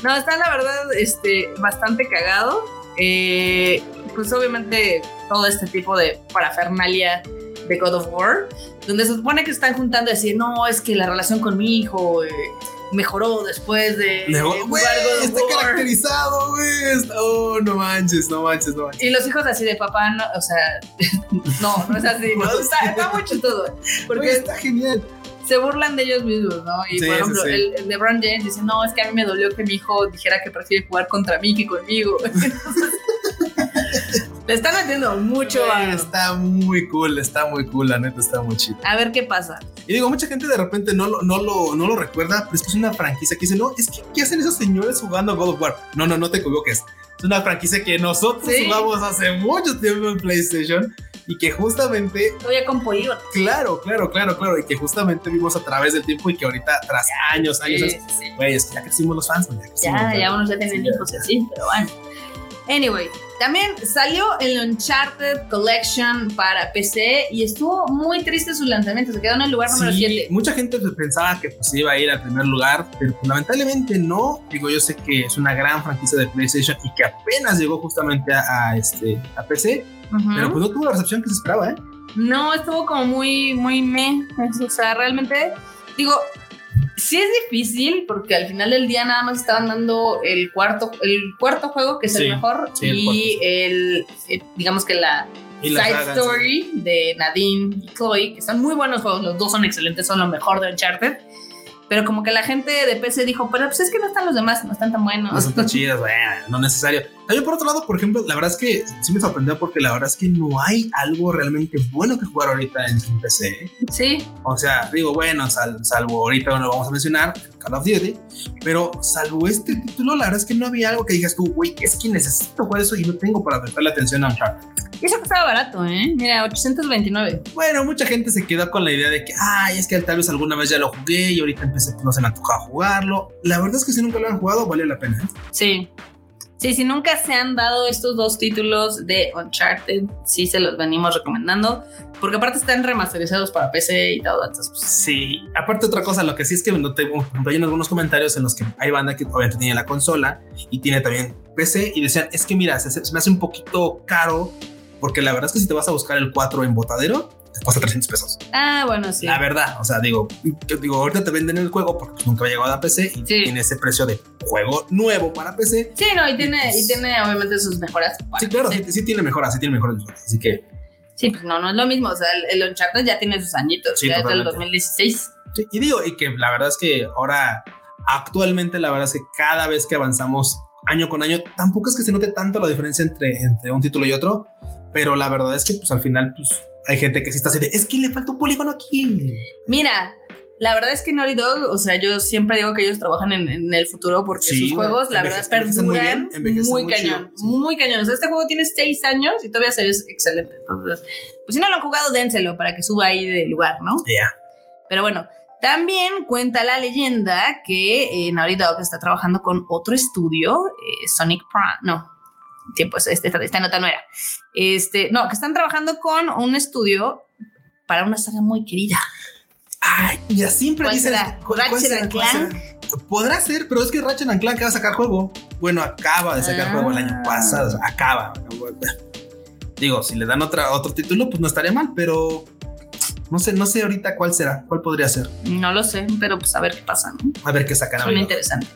[SPEAKER 1] No, está la verdad este, bastante cagado. Eh, pues obviamente todo este tipo de parafernalia de God of War, donde se supone que están juntando y decir, no, es que la relación con mi hijo eh, mejoró después de, de
[SPEAKER 2] Luego,
[SPEAKER 1] jugar
[SPEAKER 2] güey,
[SPEAKER 1] God of
[SPEAKER 2] está
[SPEAKER 1] War".
[SPEAKER 2] caracterizado, güey. está- Oh, no manches, no manches, no manches.
[SPEAKER 1] Y los hijos así de papá, no, o sea, no, no es así.
[SPEAKER 2] No,
[SPEAKER 1] está, está muy chistoso.
[SPEAKER 2] Porque
[SPEAKER 1] Porque
[SPEAKER 2] está genial.
[SPEAKER 1] se burlan de ellos mismos, ¿no? Y
[SPEAKER 2] Sí,
[SPEAKER 1] por
[SPEAKER 2] sí,
[SPEAKER 1] ejemplo,
[SPEAKER 2] sí.
[SPEAKER 1] El, el LeBron James dice, no, es que a mí me dolió que mi hijo dijera que prefiere jugar contra mí que conmigo. Entonces, Le están metiendo mucho
[SPEAKER 2] Güey,
[SPEAKER 1] a,
[SPEAKER 2] Está muy cool, está muy cool, la neta, está muy chido.
[SPEAKER 1] a ver qué pasa.
[SPEAKER 2] Y digo, mucha gente de repente no lo, no lo, no lo recuerda, pero es que es una franquicia que dice, no, es que ¿qué hacen esos señores jugando a God of War? No, no, no te equivoques. Es una franquicia que nosotros
[SPEAKER 1] Sí.
[SPEAKER 2] jugamos hace mucho tiempo en PlayStation y que justamente,
[SPEAKER 1] Todavía con polígono.
[SPEAKER 2] claro, claro, claro, claro, y que justamente vimos a través del tiempo y que ahorita, tras años, años,
[SPEAKER 1] Sí,
[SPEAKER 2] años,
[SPEAKER 1] Eh, sí, sí.
[SPEAKER 2] güey, es que ya crecimos los fans, güey, ya crecimos,
[SPEAKER 1] Ya,
[SPEAKER 2] güey.
[SPEAKER 1] ya unos ya tienen
[SPEAKER 2] Sí, ya.
[SPEAKER 1] hijos y así, pero bueno. Anyway, también salió el Uncharted Collection para PC y estuvo muy triste su lanzamiento. Se quedó en el lugar número
[SPEAKER 2] Sí,
[SPEAKER 1] 7.
[SPEAKER 2] mucha gente pues, pensaba que pues iba a ir al primer lugar, pero pues, lamentablemente no. Digo, yo sé que es una gran franquicia de PlayStation y que apenas llegó justamente a, a, este, a PC, pero pues no tuvo la recepción que se esperaba, ¿eh?
[SPEAKER 1] No, estuvo como muy, muy meh. O sea, realmente, digo, sí es difícil porque al final del día nada más estaban dando el cuarto, el cuarto juego que es
[SPEAKER 2] Sí,
[SPEAKER 1] el mejor
[SPEAKER 2] sí, el
[SPEAKER 1] y el, eh, digamos que la
[SPEAKER 2] Y la
[SPEAKER 1] side
[SPEAKER 2] saga, sí.
[SPEAKER 1] story de Nadine y Chloe, que son muy buenos juegos, los dos son excelentes, son lo mejor de Uncharted. Pero como que la gente de PC dijo, pero pues es que no están los demás, no están tan
[SPEAKER 2] No
[SPEAKER 1] buenos.
[SPEAKER 2] son tan chidas, bueno, no necesario. También por otro lado, por ejemplo, la verdad es que sí me sorprendió porque la verdad es que no hay algo realmente bueno que jugar ahorita en en PC. ¿eh?
[SPEAKER 1] Sí,
[SPEAKER 2] O sea, digo, bueno, sal- salvo ahorita no lo vamos a mencionar, Call of Duty, pero salvo este título, la verdad es que no había algo que digas tú, güey, es que necesito jugar eso y no tengo para prestarle atención a Uncharted.
[SPEAKER 1] y eso que estaba barato, ¿eh? Mira, 829.
[SPEAKER 2] Bueno, mucha gente se quedó con la idea de que, ay, es que tal vez alguna vez ya lo jugué y ahorita empecé, pues, no se me antojaba jugarlo. La verdad es que si nunca lo han jugado, vale la pena. ¿eh?
[SPEAKER 1] Sí. Sí, si nunca se han dado estos dos títulos de Uncharted, sí se los venimos recomendando. Porque aparte están remasterizados para PC y todo. Entonces, pues,
[SPEAKER 2] Sí, aparte otra cosa, lo que sí es que no tengo, por ejemplo, hay algunos comentarios en los que hay banda que obviamente tiene la consola y tiene también PC y decían, es que mira, se, se me hace un poquito caro porque la verdad es que si te vas a buscar el 4 en botadero, te cuesta 300 pesos.
[SPEAKER 1] ah, bueno, sí.
[SPEAKER 2] La verdad, o sea, digo, yo digo, ahorita te venden el juego porque pues, nunca ha llegado a PC y
[SPEAKER 1] Sí.
[SPEAKER 2] tiene ese precio de juego nuevo para PC.
[SPEAKER 1] Sí, no, y tiene, y tiene obviamente sus mejoras. para
[SPEAKER 2] Pues- Sí, claro,
[SPEAKER 1] PC.
[SPEAKER 2] sí, sí tiene mejoras, sí tiene mejoras. Así que
[SPEAKER 1] Sí, pues no, no es lo mismo. O sea, el, el Uncharted ya tiene sus añitos,
[SPEAKER 2] Sí,
[SPEAKER 1] ya es del
[SPEAKER 2] totalmente.
[SPEAKER 1] 2016.
[SPEAKER 2] Sí, y digo, y que la verdad es que ahora, actualmente, la verdad es que cada vez que avanzamos año con año, tampoco es que se note tanto la diferencia entre, entre un título y otro, pero la verdad es que pues al final pues hay gente que sí está así de, es que le falta un polígono aquí.
[SPEAKER 1] Mira, la verdad es que Naughty Dog, o sea, yo siempre digo que ellos trabajan en, en el futuro porque
[SPEAKER 2] Sí,
[SPEAKER 1] sus
[SPEAKER 2] güey,
[SPEAKER 1] juegos, la verdad,
[SPEAKER 2] envejecen- envejecen muy
[SPEAKER 1] perduran
[SPEAKER 2] bien,
[SPEAKER 1] muy,
[SPEAKER 2] envejecen muy
[SPEAKER 1] cañón,
[SPEAKER 2] chido, sí.
[SPEAKER 1] muy cañón. O sea, este juego tiene 6 años y todavía se ve excelente. Entonces, pues si no lo han jugado, dénselo para que suba ahí de lugar, ¿no?
[SPEAKER 2] Ya.
[SPEAKER 1] Pero bueno, también cuenta la leyenda que eh, Naughty Dog está trabajando con otro estudio, eh, Sonic Prime, no, tiempos, este, esta, esta nota no era. Este, no, que están trabajando con un estudio para una saga muy querida.
[SPEAKER 2] Ay, ya siempre
[SPEAKER 1] ¿Cuál
[SPEAKER 2] dicen.
[SPEAKER 1] será?
[SPEAKER 2] ¿cuál- cuál
[SPEAKER 1] ¿Ratchet
[SPEAKER 2] será?
[SPEAKER 1] and
[SPEAKER 2] ¿Cuál será? Podrá ser, pero es que Ratchet and Clank va a sacar juego. Bueno, acaba de sacar
[SPEAKER 1] Ah.
[SPEAKER 2] juego el año pasado. o sea, acaba. Digo, si le dan otra, otro título, pues no estaría mal, pero no sé, no sé ahorita cuál será, cuál podría ser.
[SPEAKER 1] No lo sé, pero pues a ver qué pasa, ¿no?
[SPEAKER 2] A ver qué sacan
[SPEAKER 1] Suena
[SPEAKER 2] ahorita.
[SPEAKER 1] interesante.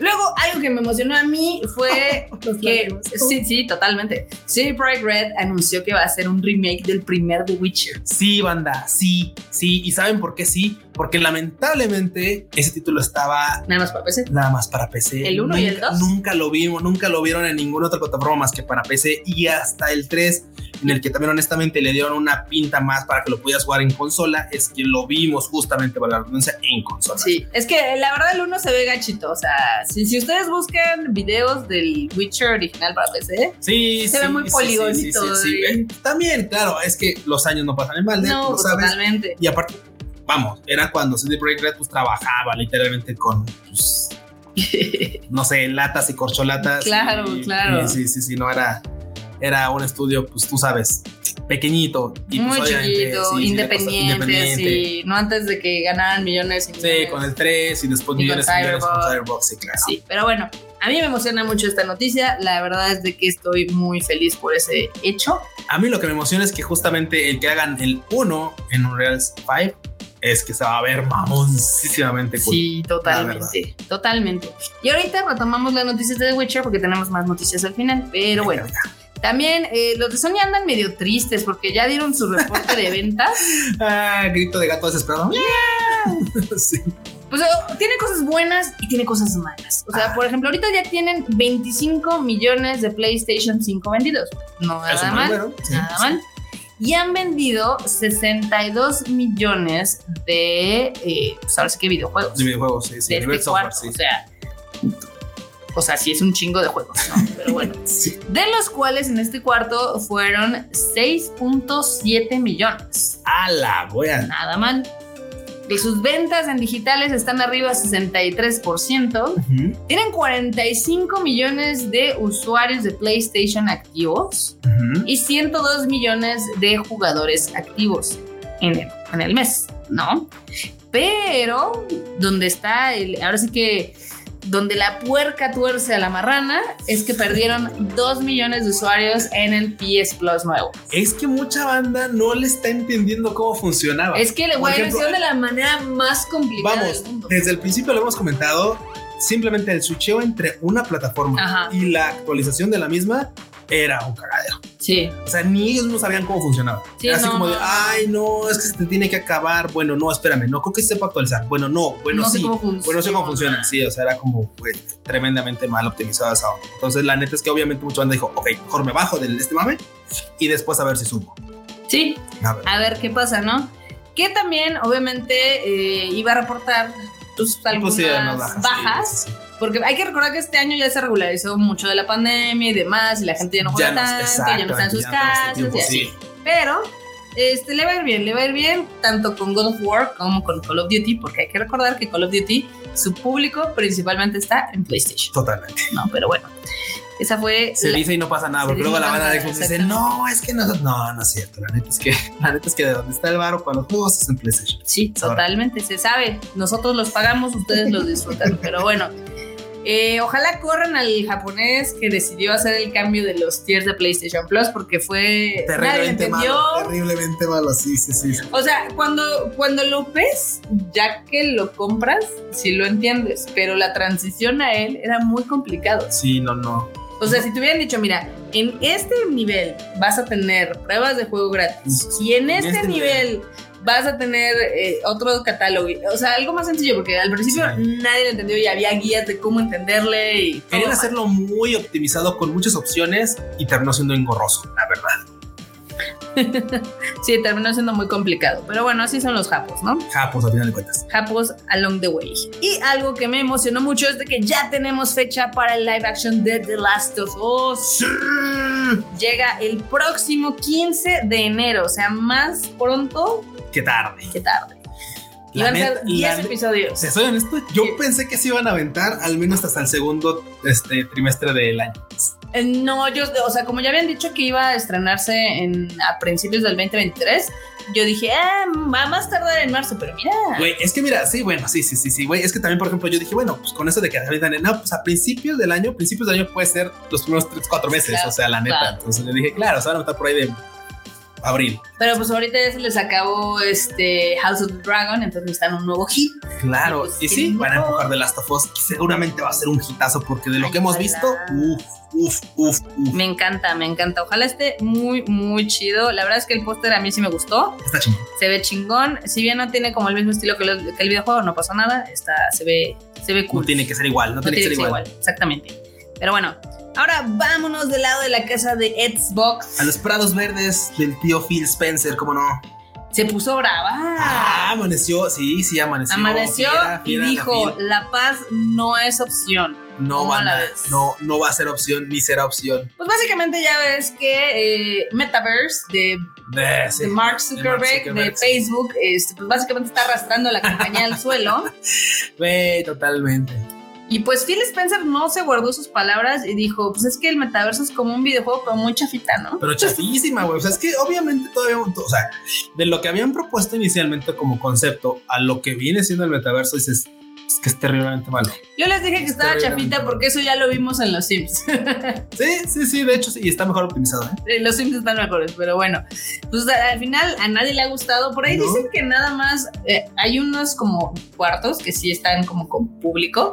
[SPEAKER 1] Luego, algo que me emocionó a mí fue que. Sí, sí, totalmente. CD Projekt Red anunció que va a hacer un remake del primer The Witcher.
[SPEAKER 2] Sí, banda, sí, sí. ¿Y saben por qué sí? Porque lamentablemente ese título estaba
[SPEAKER 1] Nada más para PC.
[SPEAKER 2] nada más para PC.
[SPEAKER 1] ¿El uno y el
[SPEAKER 2] Nunca-
[SPEAKER 1] dos?
[SPEAKER 2] Nunca lo vimos, nunca lo vieron en ninguna otra plataforma más que para PC y hasta el 3, en el que también honestamente le dieron una pinta más para que lo pudieras jugar en consola, es que lo vimos justamente para la redundancia en consola.
[SPEAKER 1] Sí, es que la verdad el uno se ve gachito. O sea, si, si ustedes buscan videos del Witcher original para PC,
[SPEAKER 2] Sí,
[SPEAKER 1] Se
[SPEAKER 2] sí,
[SPEAKER 1] ve muy
[SPEAKER 2] sí,
[SPEAKER 1] poligonito, güey.
[SPEAKER 2] eh. También, claro, es que los años no pasan en balde,
[SPEAKER 1] no,
[SPEAKER 2] lo
[SPEAKER 1] pues,
[SPEAKER 2] sabes.
[SPEAKER 1] totalmente.
[SPEAKER 2] Y aparte, vamos, era cuando CD Projekt Red pues, trabajaba literalmente con pues, no sé, latas y corcholatas.
[SPEAKER 1] Claro,
[SPEAKER 2] Y-
[SPEAKER 1] claro.
[SPEAKER 2] y Sí, sí, sí, no era, era un estudio, pues tú sabes, pequeñito. Y, pues,
[SPEAKER 1] Muy
[SPEAKER 2] obviamente,
[SPEAKER 1] chiquito,
[SPEAKER 2] sí, sí, de cosas-
[SPEAKER 1] independiente, sí. No antes de que ganaran millones y millones.
[SPEAKER 2] Sí, con el 3 y después
[SPEAKER 1] Y con
[SPEAKER 2] millones y millones con
[SPEAKER 1] Firebox.
[SPEAKER 2] Firebox, sí, claro.
[SPEAKER 1] Sí, pero bueno, a mí me emociona mucho esta noticia. La verdad es de que estoy muy feliz por ese hecho.
[SPEAKER 2] A mí lo que me emociona es que justamente el que hagan el 1 en Unreal 5 es que se va a ver mamoncísimamente cool.
[SPEAKER 1] Sí, totalmente, totalmente. Y ahorita retomamos las noticias de The Witcher porque tenemos más noticias al final, pero bueno.
[SPEAKER 2] Venga, venga.
[SPEAKER 1] También eh, los de Sony andan medio tristes porque ya dieron su reporte de ventas.
[SPEAKER 2] Ah, grito de gato desesperado. Sí.
[SPEAKER 1] Pues eh, tiene cosas buenas y tiene cosas malas. O sea,
[SPEAKER 2] Ah.
[SPEAKER 1] por ejemplo, ahorita ya tienen 25 millones de PlayStation 5 vendidos. No,
[SPEAKER 2] Es
[SPEAKER 1] nada
[SPEAKER 2] un
[SPEAKER 1] mal.
[SPEAKER 2] número, sí.
[SPEAKER 1] nada mal. Y han vendido 62 millones de, eh, pues ahora sí que videojuegos.
[SPEAKER 2] De videojuegos, sí, sí.
[SPEAKER 1] de
[SPEAKER 2] nivel
[SPEAKER 1] este
[SPEAKER 2] software,
[SPEAKER 1] cuarto,
[SPEAKER 2] sí.
[SPEAKER 1] o sea. O sea, sí es un chingo de juegos, ¿no? Pero bueno.
[SPEAKER 2] Sí.
[SPEAKER 1] De los cuales en este cuarto fueron 6.7 millones.
[SPEAKER 2] A la wea.
[SPEAKER 1] Nada mal. De sus ventas en digitales están arriba 63%.
[SPEAKER 2] Ujú,
[SPEAKER 1] Tienen 45 millones de usuarios de PlayStation activos
[SPEAKER 2] ujú.
[SPEAKER 1] y 102 millones de jugadores activos en el, en el mes, ¿no? Pero donde está, el, ahora sí que donde la puerca tuerce a la marrana es que perdieron 2 millones de usuarios en el PS Plus nuevo.
[SPEAKER 2] Es que mucha banda no le está entendiendo cómo funcionaba.
[SPEAKER 1] Es que le
[SPEAKER 2] Por
[SPEAKER 1] voy a
[SPEAKER 2] ejemplo,
[SPEAKER 1] de la manera más complicada
[SPEAKER 2] Vamos,
[SPEAKER 1] del mundo.
[SPEAKER 2] desde el principio lo hemos comentado, simplemente el switcheo entre una plataforma
[SPEAKER 1] Ajá,
[SPEAKER 2] y la actualización de la misma era un cagadero.
[SPEAKER 1] sí.
[SPEAKER 2] O sea, ni ellos no sabían cómo funcionaba.
[SPEAKER 1] Sí,
[SPEAKER 2] era así
[SPEAKER 1] no,
[SPEAKER 2] como de, ah,
[SPEAKER 1] no, no.
[SPEAKER 2] ay, no, es que se te tiene que acabar. Bueno, no, espérame, no creo que sepa actualizar. Bueno, no, bueno,
[SPEAKER 1] no
[SPEAKER 2] sí.
[SPEAKER 1] sé cómo funciona.
[SPEAKER 2] Bueno, no sé cómo funciona. Sí, o sea, era como pues, tremendamente mal optimizada esa onda. Entonces, la neta es que obviamente mucha banda dijo, ok, mejor me bajo de este mame y después a ver si subo.
[SPEAKER 1] Sí,
[SPEAKER 2] A ver.
[SPEAKER 1] a ver qué pasa, ¿no? Que también, obviamente, eh, iba a reportar pues, algunas
[SPEAKER 2] Pues sí, eran
[SPEAKER 1] bajas,
[SPEAKER 2] sí, sí, sí.
[SPEAKER 1] porque hay que recordar que este año ya se regularizó mucho de la pandemia y demás, y la gente ya no juega
[SPEAKER 2] no-
[SPEAKER 1] tanto, ya no está en sus
[SPEAKER 2] exactamente, ya
[SPEAKER 1] casas,
[SPEAKER 2] no está
[SPEAKER 1] y
[SPEAKER 2] en este
[SPEAKER 1] así.
[SPEAKER 2] tiempo,
[SPEAKER 1] Pero este, le va a ir bien, le va a ir bien tanto con God of War como con Call of Duty, porque hay que recordar que Call of Duty, su público principalmente está en
[SPEAKER 2] sí,
[SPEAKER 1] PlayStation,
[SPEAKER 2] Totalmente.
[SPEAKER 1] ¿no? Pero bueno, esa fue
[SPEAKER 2] Se
[SPEAKER 1] la-
[SPEAKER 2] dice y no pasa nada,
[SPEAKER 1] se
[SPEAKER 2] porque
[SPEAKER 1] dice
[SPEAKER 2] luego
[SPEAKER 1] y no
[SPEAKER 2] la
[SPEAKER 1] pasa
[SPEAKER 2] banda de
[SPEAKER 1] nada,
[SPEAKER 2] Xbox dice,
[SPEAKER 1] exactamente.
[SPEAKER 2] no, es que no, no, no es cierto. La neta es que, la neta es que de donde está el varo para los juegos es en PlayStation.
[SPEAKER 1] Sí,
[SPEAKER 2] Ahora.
[SPEAKER 1] totalmente, se sabe. Nosotros los pagamos, ustedes los disfrutan. pero bueno, eh, ojalá corran al japonés que decidió hacer el cambio de los tiers de PlayStation Plus porque fue. Nadie lo
[SPEAKER 2] Terriblemente
[SPEAKER 1] entendió.
[SPEAKER 2] malo, terriblemente malo, sí, sí, sí. sí.
[SPEAKER 1] O sea, cuando, cuando lo ves, ya que lo compras, sí lo entiendes, pero la transición a él era muy complicado.
[SPEAKER 2] Sí, no, no.
[SPEAKER 1] O sea, si te hubieran dicho, mira, en este nivel vas a tener pruebas de juego gratis. Y en este,
[SPEAKER 2] este
[SPEAKER 1] nivel, vas a tener eh, otro catálogo. O sea, algo más sencillo, porque al principio
[SPEAKER 2] Sí.
[SPEAKER 1] nadie lo entendió y había guías de cómo entenderle y todo
[SPEAKER 2] Querían
[SPEAKER 1] mal.
[SPEAKER 2] hacerlo muy optimizado con muchas opciones y terminó siendo engorroso, la verdad.
[SPEAKER 1] Sí, terminó siendo muy complicado. Pero bueno, así son los japos, ¿no?
[SPEAKER 2] Japos, a final de cuentas.
[SPEAKER 1] Japos along the way. Y algo que me emocionó mucho es de que ya tenemos fecha para el live action de The Last of Us. Mm. Llega el próximo 15 de enero, o sea, más pronto
[SPEAKER 2] Qué tarde.
[SPEAKER 1] que tarde. Y
[SPEAKER 2] La
[SPEAKER 1] van a ser
[SPEAKER 2] net-
[SPEAKER 1] 10
[SPEAKER 2] la-
[SPEAKER 1] episodios.
[SPEAKER 2] Si soy honesto, yo
[SPEAKER 1] Sí.
[SPEAKER 2] pensé que se iban a aventar al menos hasta el segundo este, trimestre del año.
[SPEAKER 1] Eh, No, yo, o sea, como ya habían dicho que iba a estrenarse en, a principios del 2023, yo dije, ah, va a más tardar en marzo, pero mira,
[SPEAKER 2] Güey, es que mira, sí, bueno, sí, sí, sí, sí, güey. Es que también, por ejemplo, yo dije, bueno, pues con eso de que ahorita, no, pues a principios del año, principios del año puede ser los primeros tres, cuatro meses,
[SPEAKER 1] Claro,
[SPEAKER 2] o sea, la neta.
[SPEAKER 1] claro.
[SPEAKER 2] Entonces le dije, claro, se van a notar por ahí de abril.
[SPEAKER 1] pero pues ahorita ya se les acabó este House of the Dragon, entonces necesitan un nuevo hit.
[SPEAKER 2] Claro,
[SPEAKER 1] Pues,
[SPEAKER 2] y
[SPEAKER 1] sí,
[SPEAKER 2] sí,
[SPEAKER 1] no.
[SPEAKER 2] van a empujar The Last of Us, que seguramente va a ser un hitazo, porque de lo
[SPEAKER 1] Ay,
[SPEAKER 2] que hemos
[SPEAKER 1] ojalá.
[SPEAKER 2] visto, uff, uff, uff, uff,
[SPEAKER 1] Me encanta, me encanta. Ojalá esté muy, muy chido. La verdad es que el póster a mí sí me gustó.
[SPEAKER 2] está chingón.
[SPEAKER 1] Se ve chingón. Si bien no tiene como el mismo estilo que, lo- que el videojuego, no pasa nada. Está, se ve, se ve
[SPEAKER 2] No
[SPEAKER 1] cool.
[SPEAKER 2] tiene que ser igual, no,
[SPEAKER 1] No
[SPEAKER 2] tiene que ser igual.
[SPEAKER 1] Exactamente. Pero bueno, ahora vámonos del lado de la casa de Xbox.
[SPEAKER 2] A los prados verdes del tío Phil Spencer, ¿cómo no?
[SPEAKER 1] Se puso brava.
[SPEAKER 2] Ah, amaneció, sí, sí, amaneció.
[SPEAKER 1] Amaneció
[SPEAKER 2] Fiera,
[SPEAKER 1] y
[SPEAKER 2] fiera,
[SPEAKER 1] dijo,
[SPEAKER 2] Phil.
[SPEAKER 1] la paz no es opción.
[SPEAKER 2] no,
[SPEAKER 1] ¿cómo
[SPEAKER 2] van
[SPEAKER 1] la
[SPEAKER 2] a-
[SPEAKER 1] ves?
[SPEAKER 2] no, no va a ser opción, ni será opción.
[SPEAKER 1] Pues básicamente ya ves que eh, Metaverse de,
[SPEAKER 2] Eh, sí.
[SPEAKER 1] de Mark Zuckerberg de,
[SPEAKER 2] Zuckerberg, sí.
[SPEAKER 1] Facebook, este, pues básicamente está arrastrando a la compañía al suelo.
[SPEAKER 2] Güey, totalmente.
[SPEAKER 1] Y pues Phil Spencer no se guardó sus palabras y dijo, pues es que el Metaverso es como un videojuego, pero muy chafita, ¿no?
[SPEAKER 2] Pero chafísima, güey. O sea, es que obviamente todavía, o sea, de lo que habían propuesto inicialmente como concepto a lo que viene siendo el metaverso, dices, es que es terriblemente malo.
[SPEAKER 1] Yo les dije que estaba
[SPEAKER 2] Está bien,
[SPEAKER 1] chafita
[SPEAKER 2] amigo.
[SPEAKER 1] porque eso ya lo vimos en los Sims.
[SPEAKER 2] Sí, sí, sí, de hecho, sí, y está mejor optimizado, ¿eh?
[SPEAKER 1] Eh, Los Sims están mejores, pero bueno. Pues a- al final a nadie le ha gustado. Por ahí
[SPEAKER 2] No.
[SPEAKER 1] dicen que nada más eh, hay unos como cuartos que sí están como con público,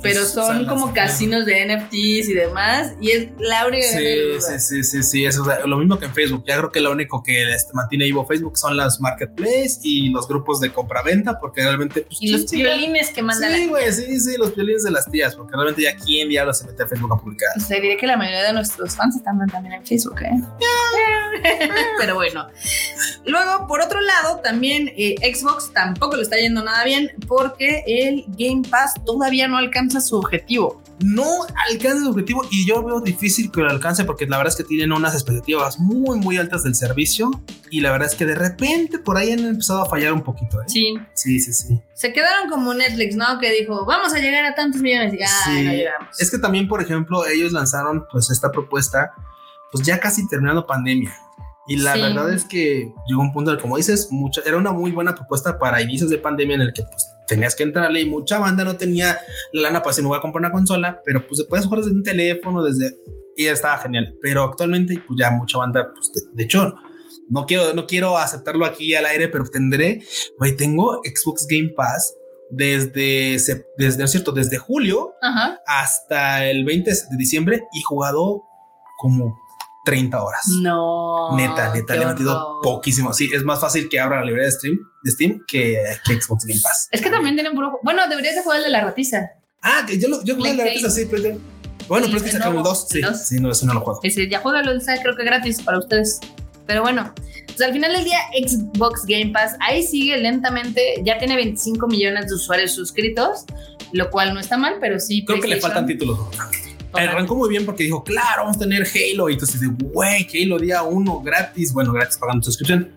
[SPEAKER 1] pero
[SPEAKER 2] Pues,
[SPEAKER 1] son
[SPEAKER 2] salas,
[SPEAKER 1] como
[SPEAKER 2] ajá.
[SPEAKER 1] casinos de NFTs y demás. Y es la única que nadie le
[SPEAKER 2] Sí,
[SPEAKER 1] gusta.
[SPEAKER 2] sí, sí, sí, sí, eso, o sea, lo mismo que en Facebook. Ya creo que lo único que este, mantiene vivo Facebook son las marketplaces y los grupos de compraventa, porque realmente... Pues,
[SPEAKER 1] Y los
[SPEAKER 2] sí, sí,
[SPEAKER 1] violines que mandan.
[SPEAKER 2] Sí, güey, sí, sí, los violines de las tías, porque realmente ya quién diablos se mete a Facebook a publicar.
[SPEAKER 1] O sea, diré que la mayoría de nuestros fans están también en Facebook, ¿eh? Pero bueno. Luego, por otro lado, también eh, Xbox tampoco le está yendo nada bien porque el Game Pass todavía no alcanza su objetivo.
[SPEAKER 2] no alcanza su objetivo y yo veo difícil que lo alcance porque la verdad es que tienen unas expectativas muy muy altas del servicio y la verdad es que de repente por ahí han empezado a fallar un poquito. ¿eh?
[SPEAKER 1] Sí.
[SPEAKER 2] Sí, sí, sí.
[SPEAKER 1] Se quedaron como Netflix, ¿no? Que dijo, vamos a llegar a tantos millones. Y, ay,
[SPEAKER 2] Sí.
[SPEAKER 1] no llegamos.
[SPEAKER 2] Es que también, por ejemplo, ellos lanzaron pues esta propuesta pues ya casi terminando pandemia. Y la
[SPEAKER 1] Sí.
[SPEAKER 2] verdad es que llegó un punto, en el- como dices, mucha, era una muy buena propuesta para inicios de pandemia en el que pues, tenías que entrarle y mucha banda no tenía la lana para decir, me voy a comprar una consola, pero pues se puedes jugar desde un teléfono, desde... Y ya estaba genial. Pero actualmente pues ya mucha banda, pues de, de hecho, no quiero, no quiero aceptarlo aquí al aire, pero tendré, güey, tengo Xbox Game Pass desde, sep- desde, no es cierto, desde julio
[SPEAKER 1] Ajá.
[SPEAKER 2] hasta el 20 de diciembre y jugado como 30 horas.
[SPEAKER 1] No.
[SPEAKER 2] neta, neta,
[SPEAKER 1] qué
[SPEAKER 2] le he metido
[SPEAKER 1] horror.
[SPEAKER 2] poquísimo. Sí, es más fácil que abra la librería de Steam, de Steam que, que Xbox Game Pass.
[SPEAKER 1] Es que también tienen puro. Bueno, deberías de jugar el de la ratiza.
[SPEAKER 2] Ah, que yo, lo, yo jugué
[SPEAKER 1] Plague
[SPEAKER 2] la antes así, pero yo- Bueno,
[SPEAKER 1] Sí,
[SPEAKER 2] pero es que
[SPEAKER 1] el
[SPEAKER 2] sacaron el
[SPEAKER 1] nuevo,
[SPEAKER 2] 2.
[SPEAKER 1] el
[SPEAKER 2] Sí,
[SPEAKER 1] dos.
[SPEAKER 2] sí, no, eso no lo juego.
[SPEAKER 1] Ese, ya juegalo, está creo que gratis para ustedes. Pero bueno, pues al final del día, Xbox Game Pass ahí sigue lentamente. Ya tiene 25 millones de usuarios suscritos, lo cual no está mal, pero sí.
[SPEAKER 2] Creo que le faltan eh,
[SPEAKER 1] PlayStation-
[SPEAKER 2] títulos. Arrancó muy bien porque dijo, claro, vamos a tener Halo. Y entonces, dice, güey, Halo día uno gratis. Bueno, gratis pagando suscripción.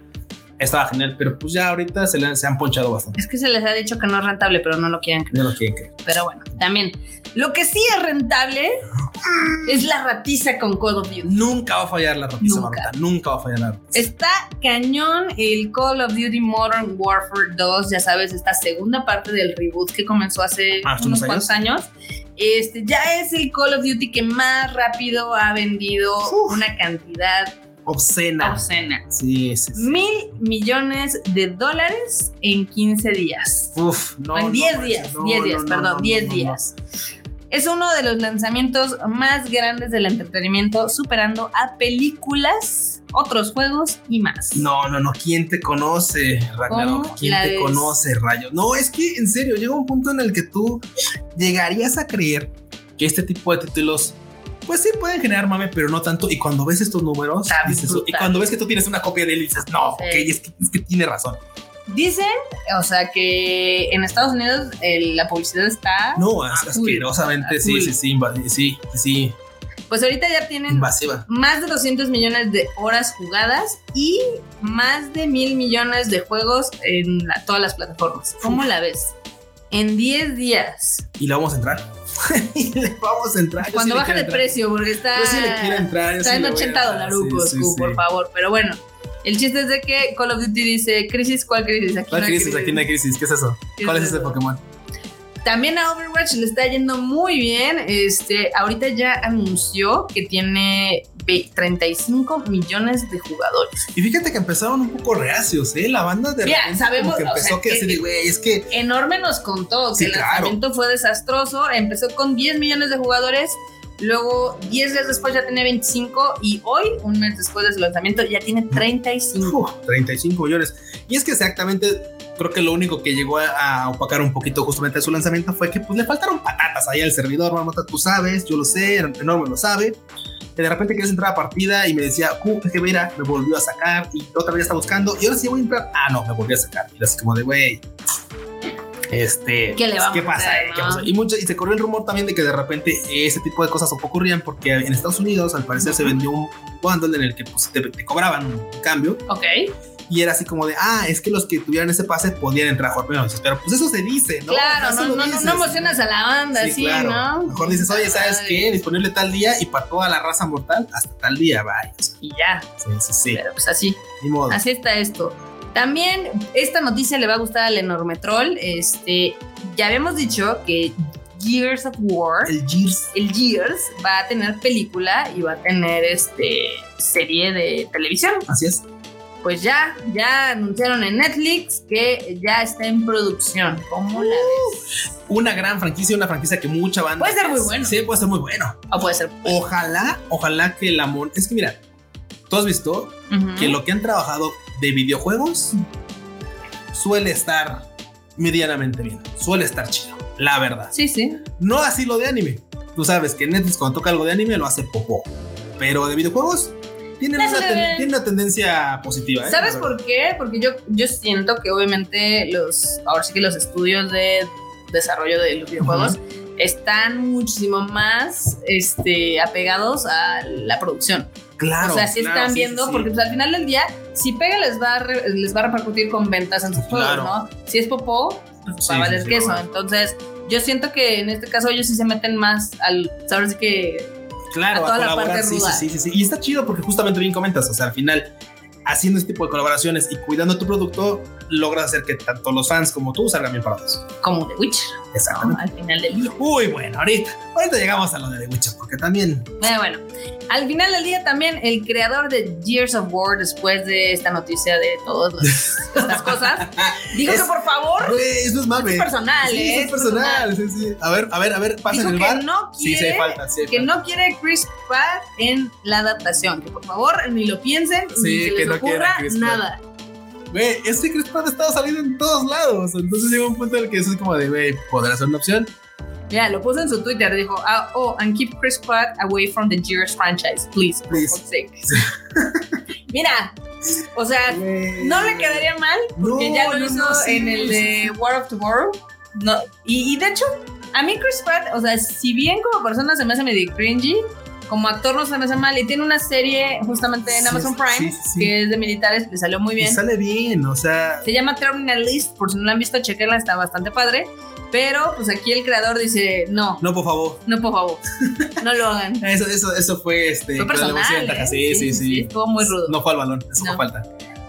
[SPEAKER 2] Estaba genial, pero pues ya ahorita se, le han- se han ponchado bastante.
[SPEAKER 1] Es que se les ha dicho que no es rentable, pero no lo quieren creer.
[SPEAKER 2] Ya lo quieren creer.
[SPEAKER 1] Pero bueno, también. Lo que sí es rentable es la ratiza con Call of Duty.
[SPEAKER 2] Nunca va a fallar la repisa,
[SPEAKER 1] Nunca.
[SPEAKER 2] Marta. Nunca va a fallar la repisa.
[SPEAKER 1] Está cañón el Call of Duty Modern Warfare 2, ya sabes, esta segunda parte del reboot que comenzó hace
[SPEAKER 2] Ah, ¿hace
[SPEAKER 1] unos
[SPEAKER 2] unos
[SPEAKER 1] cuantos años. Este ya es el Call of Duty que más rápido ha vendido
[SPEAKER 2] Uf.
[SPEAKER 1] una cantidad
[SPEAKER 2] obscena.
[SPEAKER 1] obscena.
[SPEAKER 2] Sí, sí, sí.
[SPEAKER 1] Mil millones de dólares en 15 días.
[SPEAKER 2] Uf, no.
[SPEAKER 1] en
[SPEAKER 2] no
[SPEAKER 1] 10
[SPEAKER 2] manches,
[SPEAKER 1] días,
[SPEAKER 2] no,
[SPEAKER 1] 10 días,
[SPEAKER 2] no, no, no,
[SPEAKER 1] perdón,
[SPEAKER 2] no,
[SPEAKER 1] 10
[SPEAKER 2] no, no.
[SPEAKER 1] días. Es uno de los lanzamientos más grandes del entretenimiento, superando a películas, otros juegos y más.
[SPEAKER 2] No, no, no. ¿Quién te conoce,
[SPEAKER 1] ¿Cómo
[SPEAKER 2] Ragnarok? ¿Quién
[SPEAKER 1] la
[SPEAKER 2] te
[SPEAKER 1] ves?
[SPEAKER 2] conoce, Rayo? No, es que en serio, llega un punto en el que tú llegarías a creer que este tipo de títulos. Pues sí, pueden generar mame, pero no tanto. Y cuando ves estos números,
[SPEAKER 1] Está
[SPEAKER 2] dices, y
[SPEAKER 1] brutal.
[SPEAKER 2] cuando ves que tú tienes una copia de él, dices, no,
[SPEAKER 1] Sí.
[SPEAKER 2] ok, es que, es que tiene razón.
[SPEAKER 1] Dicen, o sea, que en Estados Unidos eh, la publicidad está.
[SPEAKER 2] No, as-
[SPEAKER 1] Azul.
[SPEAKER 2] asquerosamente, sí,
[SPEAKER 1] Azul.
[SPEAKER 2] sí, sí, inva- sí, sí, sí,
[SPEAKER 1] Pues ahorita ya tienen
[SPEAKER 2] invasiva.
[SPEAKER 1] más de 200 millones de horas jugadas y más de mil millones de juegos en la- todas las plataformas. ¿Cómo la ves? en 10 días.
[SPEAKER 2] Y le vamos a entrar. y le vamos a entrar. Yo
[SPEAKER 1] Cuando
[SPEAKER 2] sí le
[SPEAKER 1] baja
[SPEAKER 2] quiero
[SPEAKER 1] de
[SPEAKER 2] entrar.
[SPEAKER 1] precio, porque está.
[SPEAKER 2] Yo sí le quiero entrar. yo
[SPEAKER 1] Está
[SPEAKER 2] sí
[SPEAKER 1] en
[SPEAKER 2] le voy a
[SPEAKER 1] 80
[SPEAKER 2] entrar,
[SPEAKER 1] dólares,
[SPEAKER 2] sí, sí, sí.
[SPEAKER 1] por favor. Pero bueno, el chiste es de que Call of Duty dice: ¿Crisis? ¿Cuál crisis? Aquí
[SPEAKER 2] ¿Cuál
[SPEAKER 1] no hay
[SPEAKER 2] crisis? Aquí no hay crisis. ¿Qué es eso?
[SPEAKER 1] ¿Qué
[SPEAKER 2] ¿Cuál
[SPEAKER 1] es
[SPEAKER 2] es ese
[SPEAKER 1] eso?
[SPEAKER 2] Pokémon?
[SPEAKER 1] También a Overwatch le está yendo muy bien. Este, ahorita ya anunció que tiene ve- 35 millones de jugadores.
[SPEAKER 2] Y fíjate que empezaron un poco reacios, ¿eh? La banda de
[SPEAKER 1] Mira,
[SPEAKER 2] repente
[SPEAKER 1] sabemos,
[SPEAKER 2] como que
[SPEAKER 1] o sea,
[SPEAKER 2] empezó que
[SPEAKER 1] que-
[SPEAKER 2] así de, güey, es que
[SPEAKER 1] Enorme nos contó que
[SPEAKER 2] Sí,
[SPEAKER 1] el
[SPEAKER 2] claro.
[SPEAKER 1] lanzamiento fue desastroso. Empezó con 10 millones de jugadores. Luego, 10 días después ya tenía 25. Y hoy, un mes después de su lanzamiento, ya tiene 35.
[SPEAKER 2] uf, 35 millones. Y es que exactamente creo que lo único que llegó a, a opacar un poquito justamente a su lanzamiento fue que pues le faltaron patatas ahí al servidor, Marmota, tú sabes, yo lo sé, enorme lo sabe. Que de repente quieres entrar a partida y me decía, uh, es que mira, me volvió a sacar y otra vez está buscando y ahora sí voy a entrar. Ah, no, me volvió a sacar. Y era así como de, güey. Este,
[SPEAKER 1] ¿Qué le
[SPEAKER 2] pues,
[SPEAKER 1] vamos
[SPEAKER 2] ¿qué
[SPEAKER 1] a
[SPEAKER 2] pasa?
[SPEAKER 1] hacer,
[SPEAKER 2] eh?
[SPEAKER 1] no?
[SPEAKER 2] ¿Qué pasa? Y, mucho, y se corrió el rumor también de que de repente ese tipo de cosas ocurrían porque en Estados Unidos al parecer se vendió un bundle en el que pues, te- te cobraban un cambio
[SPEAKER 1] Ok.
[SPEAKER 2] y era así como de, ah, es que los que tuvieran ese pase podían entrar a jugar Primera División". Pero pues eso se dice, ¿no?
[SPEAKER 1] claro,
[SPEAKER 2] Eso
[SPEAKER 1] no,
[SPEAKER 2] lo
[SPEAKER 1] no, no,
[SPEAKER 2] dices.
[SPEAKER 1] no emocionas a la banda, sí,
[SPEAKER 2] claro.
[SPEAKER 1] ¿no?
[SPEAKER 2] Mejor dices, oye, ¿sabes
[SPEAKER 1] Ay,
[SPEAKER 2] qué? Disponible tal día y para toda la raza mortal hasta tal día, vaya. O sea,
[SPEAKER 1] Y ya,
[SPEAKER 2] Sí, sí, sí.
[SPEAKER 1] pero pues así.
[SPEAKER 2] Ni modo.
[SPEAKER 1] Así está esto. También esta noticia le va a gustar al enorme troll. Este, ya habíamos dicho que Gears of War,
[SPEAKER 2] El Gears.
[SPEAKER 1] el Gears, va a tener película y va a tener este serie de televisión.
[SPEAKER 2] Así es.
[SPEAKER 1] Pues ya, ya anunciaron en Netflix que ya está en producción. ¿Cómo la ves?
[SPEAKER 2] Una gran franquicia, una franquicia que mucha banda.
[SPEAKER 1] Puede ser muy bueno.
[SPEAKER 2] Sí, puede ser muy bueno.
[SPEAKER 1] O puede ser.
[SPEAKER 2] oh, Ojalá, ojalá que la mon. Es que mira, tú has visto
[SPEAKER 1] Ujú.
[SPEAKER 2] que lo que han trabajado de videojuegos suele estar medianamente bien. Suele estar chido, la verdad.
[SPEAKER 1] Sí, sí.
[SPEAKER 2] No así lo de anime. Tú sabes que Netflix cuando toca algo de anime lo hace popó. Pero de videojuegos tienen,
[SPEAKER 1] Ya se
[SPEAKER 2] una,
[SPEAKER 1] le
[SPEAKER 2] ten-
[SPEAKER 1] ven.
[SPEAKER 2] tienen una tendencia positiva. ¿eh?
[SPEAKER 1] ¿Sabes
[SPEAKER 2] La
[SPEAKER 1] por qué? Porque yo, yo siento que obviamente los, ahora sí que los estudios de desarrollo de los videojuegos están muchísimo más este, apegados a la producción.
[SPEAKER 2] verdad. Claro.
[SPEAKER 1] o sea, sí
[SPEAKER 2] claro,
[SPEAKER 1] están
[SPEAKER 2] sí,
[SPEAKER 1] viendo,
[SPEAKER 2] sí,
[SPEAKER 1] porque
[SPEAKER 2] sí.
[SPEAKER 1] pues, al final del día, si pega les va a, re- les va a repercutir con ventas en sus juegos,
[SPEAKER 2] Claro.
[SPEAKER 1] ¿no? Si es popó, pues
[SPEAKER 2] Sí,
[SPEAKER 1] va a valer
[SPEAKER 2] sí, sí,
[SPEAKER 1] queso.
[SPEAKER 2] claro.
[SPEAKER 1] Entonces, yo siento que en este caso ellos sí se meten más al, ¿sabes sí que a
[SPEAKER 2] Claro,
[SPEAKER 1] toda la
[SPEAKER 2] colaborar,
[SPEAKER 1] parte
[SPEAKER 2] sí,
[SPEAKER 1] ruda.
[SPEAKER 2] Sí, sí, sí, sí. Y está chido porque justamente bien comentas, o sea, al final, haciendo este tipo de colaboraciones y cuidando tu producto, logras hacer que tanto los fans como tú salgan bien parados.
[SPEAKER 1] como The Witcher, ¿no?
[SPEAKER 2] Exactamente.
[SPEAKER 1] Al final del día.
[SPEAKER 2] Uy, bueno, ahorita, ahorita llegamos a lo de The Witcher, porque también
[SPEAKER 1] Eh, bueno, al final del día también el creador de Gears of War, después de esta noticia de todas las- estas cosas, dijo
[SPEAKER 2] Es-
[SPEAKER 1] que por favor,
[SPEAKER 2] Güey, eso es mame.
[SPEAKER 1] es personal,
[SPEAKER 2] Sí,
[SPEAKER 1] ¿eh?
[SPEAKER 2] eso es personal, sí, sí. A ver, a ver, a ver, pasa en
[SPEAKER 1] Dijo
[SPEAKER 2] el
[SPEAKER 1] que
[SPEAKER 2] bar.
[SPEAKER 1] no
[SPEAKER 2] Sí, sí, hay
[SPEAKER 1] quiere,
[SPEAKER 2] falta, sí. hay
[SPEAKER 1] que
[SPEAKER 2] falta.
[SPEAKER 1] no quiere Chris Pratt en la adaptación, que por favor ni lo piensen,
[SPEAKER 2] Sí,
[SPEAKER 1] ni se
[SPEAKER 2] que
[SPEAKER 1] les
[SPEAKER 2] no quiera
[SPEAKER 1] ocurra
[SPEAKER 2] Chris Pratt.
[SPEAKER 1] nada.
[SPEAKER 2] Güey, es que Chris Pratt estaba saliendo en todos lados. Entonces llega un punto en el que eso es como de, güey, ¿podrá ser una opción?
[SPEAKER 1] Mira, lo puso en su Twitter, dijo, ah, oh, and keep Chris Pratt away from the Gears franchise, please, for
[SPEAKER 2] Please.
[SPEAKER 1] fuck's sake. Mira, o sea,
[SPEAKER 2] Güey.
[SPEAKER 1] no le quedaría mal Porque ya lo
[SPEAKER 2] no,
[SPEAKER 1] hizo
[SPEAKER 2] no, sí,
[SPEAKER 1] en el
[SPEAKER 2] sí,
[SPEAKER 1] de War of Tomorrow. No, y, y de hecho, a mí Chris Pratt, o sea, si bien como persona se me hace medio cringy, como actor no se me hace mal. Y tiene una serie justamente en
[SPEAKER 2] Sí,
[SPEAKER 1] Amazon
[SPEAKER 2] sí,
[SPEAKER 1] Prime,
[SPEAKER 2] sí, sí.
[SPEAKER 1] que es de militares, le salió muy
[SPEAKER 2] Y
[SPEAKER 1] bien.
[SPEAKER 2] sale bien, o sea.
[SPEAKER 1] Se llama Terminalist, por si no la han visto, chequenla, está bastante padre. Pero pues aquí el creador dice, no,
[SPEAKER 2] No, por favor.
[SPEAKER 1] no por favor, no lo hagan.
[SPEAKER 2] Eso, eso, eso fue
[SPEAKER 1] Fue
[SPEAKER 2] este. con la
[SPEAKER 1] personal,
[SPEAKER 2] devoción de Taka.
[SPEAKER 1] ¿eh?
[SPEAKER 2] Sí, sí, sí,
[SPEAKER 1] Estuvo muy rudo.
[SPEAKER 2] No fue al balón, eso
[SPEAKER 1] No.
[SPEAKER 2] fue falta.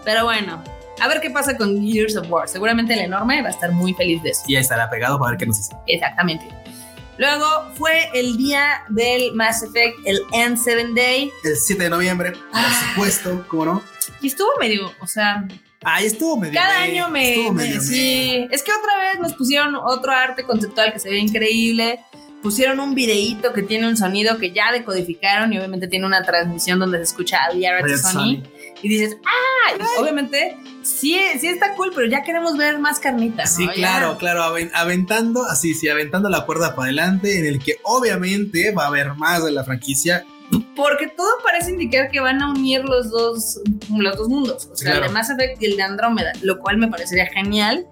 [SPEAKER 1] Pero bueno, a ver qué pasa con Years of War. Seguramente el enorme va a estar muy feliz de eso.
[SPEAKER 2] Y ahí estará pegado para ver qué nos dice.
[SPEAKER 1] Exactamente. Luego fue el día del Mass Effect, el N7 Day.
[SPEAKER 2] El 7 de noviembre, por
[SPEAKER 1] Ah.
[SPEAKER 2] supuesto, ¿cómo no?
[SPEAKER 1] Y estuvo medio, o sea,
[SPEAKER 2] Ahí estuvo medio.
[SPEAKER 1] cada
[SPEAKER 2] meh,
[SPEAKER 1] año me...
[SPEAKER 2] estuvo
[SPEAKER 1] me-
[SPEAKER 2] medio meh.
[SPEAKER 1] sí, es que otra vez nos pusieron otro arte conceptual que se ve increíble. Pusieron un videíto que tiene un sonido que ya decodificaron y obviamente tiene una transmisión donde se escucha a Liara
[SPEAKER 2] Red
[SPEAKER 1] Sony.
[SPEAKER 2] Sony.
[SPEAKER 1] Y dices, ¡ah! Y obviamente, sí, sí está cool, pero ya queremos ver más carnita. ¿no?
[SPEAKER 2] Sí,
[SPEAKER 1] Ya.
[SPEAKER 2] claro, claro, aven- aventando, así, sí, aventando la cuerda para adelante, en el que obviamente va a haber más de la franquicia.
[SPEAKER 1] Porque todo parece indicar que van a unir los dos, los dos mundos. O sea,
[SPEAKER 2] Claro.
[SPEAKER 1] el de Mass Effect y el de Andrómeda, lo cual me parecería genial.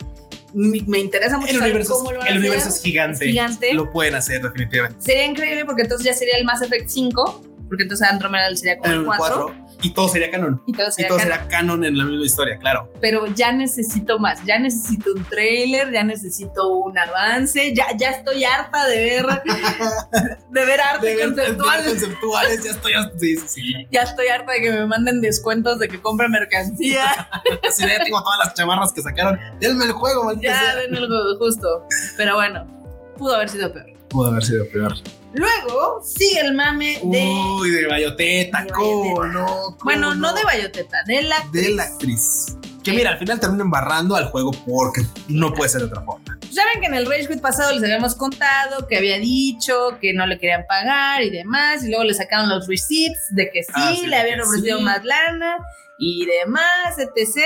[SPEAKER 1] Me, me interesa mucho
[SPEAKER 2] El
[SPEAKER 1] saber
[SPEAKER 2] universo,
[SPEAKER 1] cómo lo
[SPEAKER 2] es,
[SPEAKER 1] van a
[SPEAKER 2] el
[SPEAKER 1] hacer.
[SPEAKER 2] universo es gigante.
[SPEAKER 1] Es gigante.
[SPEAKER 2] Lo pueden hacer, definitivamente.
[SPEAKER 1] Sería increíble porque entonces ya sería el Mass Effect 5, porque entonces Andrómeda sería como el
[SPEAKER 2] El
[SPEAKER 1] 4.
[SPEAKER 2] cuatro. y todo sería canon.
[SPEAKER 1] Y todo
[SPEAKER 2] Y
[SPEAKER 1] sería
[SPEAKER 2] todo
[SPEAKER 1] canon.
[SPEAKER 2] será canon en la misma historia, claro.
[SPEAKER 1] Pero ya necesito más, ya necesito un trailer, ya necesito un avance, ya, ya estoy harta de ver, de ver arte
[SPEAKER 2] De ver-
[SPEAKER 1] conceptual.
[SPEAKER 2] de ver conceptuales, ya estoy. hasta- Sí, sí, sí.
[SPEAKER 1] Ya estoy harta de que me manden descuentos de que compre mercancía.
[SPEAKER 2] Así de, ya tengo todas las chamarras que sacaron. Denme el juego, maldita
[SPEAKER 1] ya
[SPEAKER 2] sea.
[SPEAKER 1] ven algo justo. Pero bueno, pudo haber sido peor.
[SPEAKER 2] Pudo haber sido peor.
[SPEAKER 1] Luego sigue el mame de.
[SPEAKER 2] Uy, de Bayoteta,
[SPEAKER 1] de
[SPEAKER 2] ¿cómo
[SPEAKER 1] Bayoteta.
[SPEAKER 2] Uh, no? ¿Cómo
[SPEAKER 1] bueno, no de Bayoteta, de la.
[SPEAKER 2] de
[SPEAKER 1] actriz.
[SPEAKER 2] la actriz. Que mira, al final termina embarrando al juego porque no puede ser de otra forma.
[SPEAKER 1] Saben pues que en el Rage Quit pasado les habíamos contado que había dicho que no le querían pagar y demás, y luego le sacaron los receipts de que sí,
[SPEAKER 2] Ah, sí, de
[SPEAKER 1] le habían
[SPEAKER 2] que
[SPEAKER 1] ofrecido
[SPEAKER 2] sí.
[SPEAKER 1] más lana y demás, etc.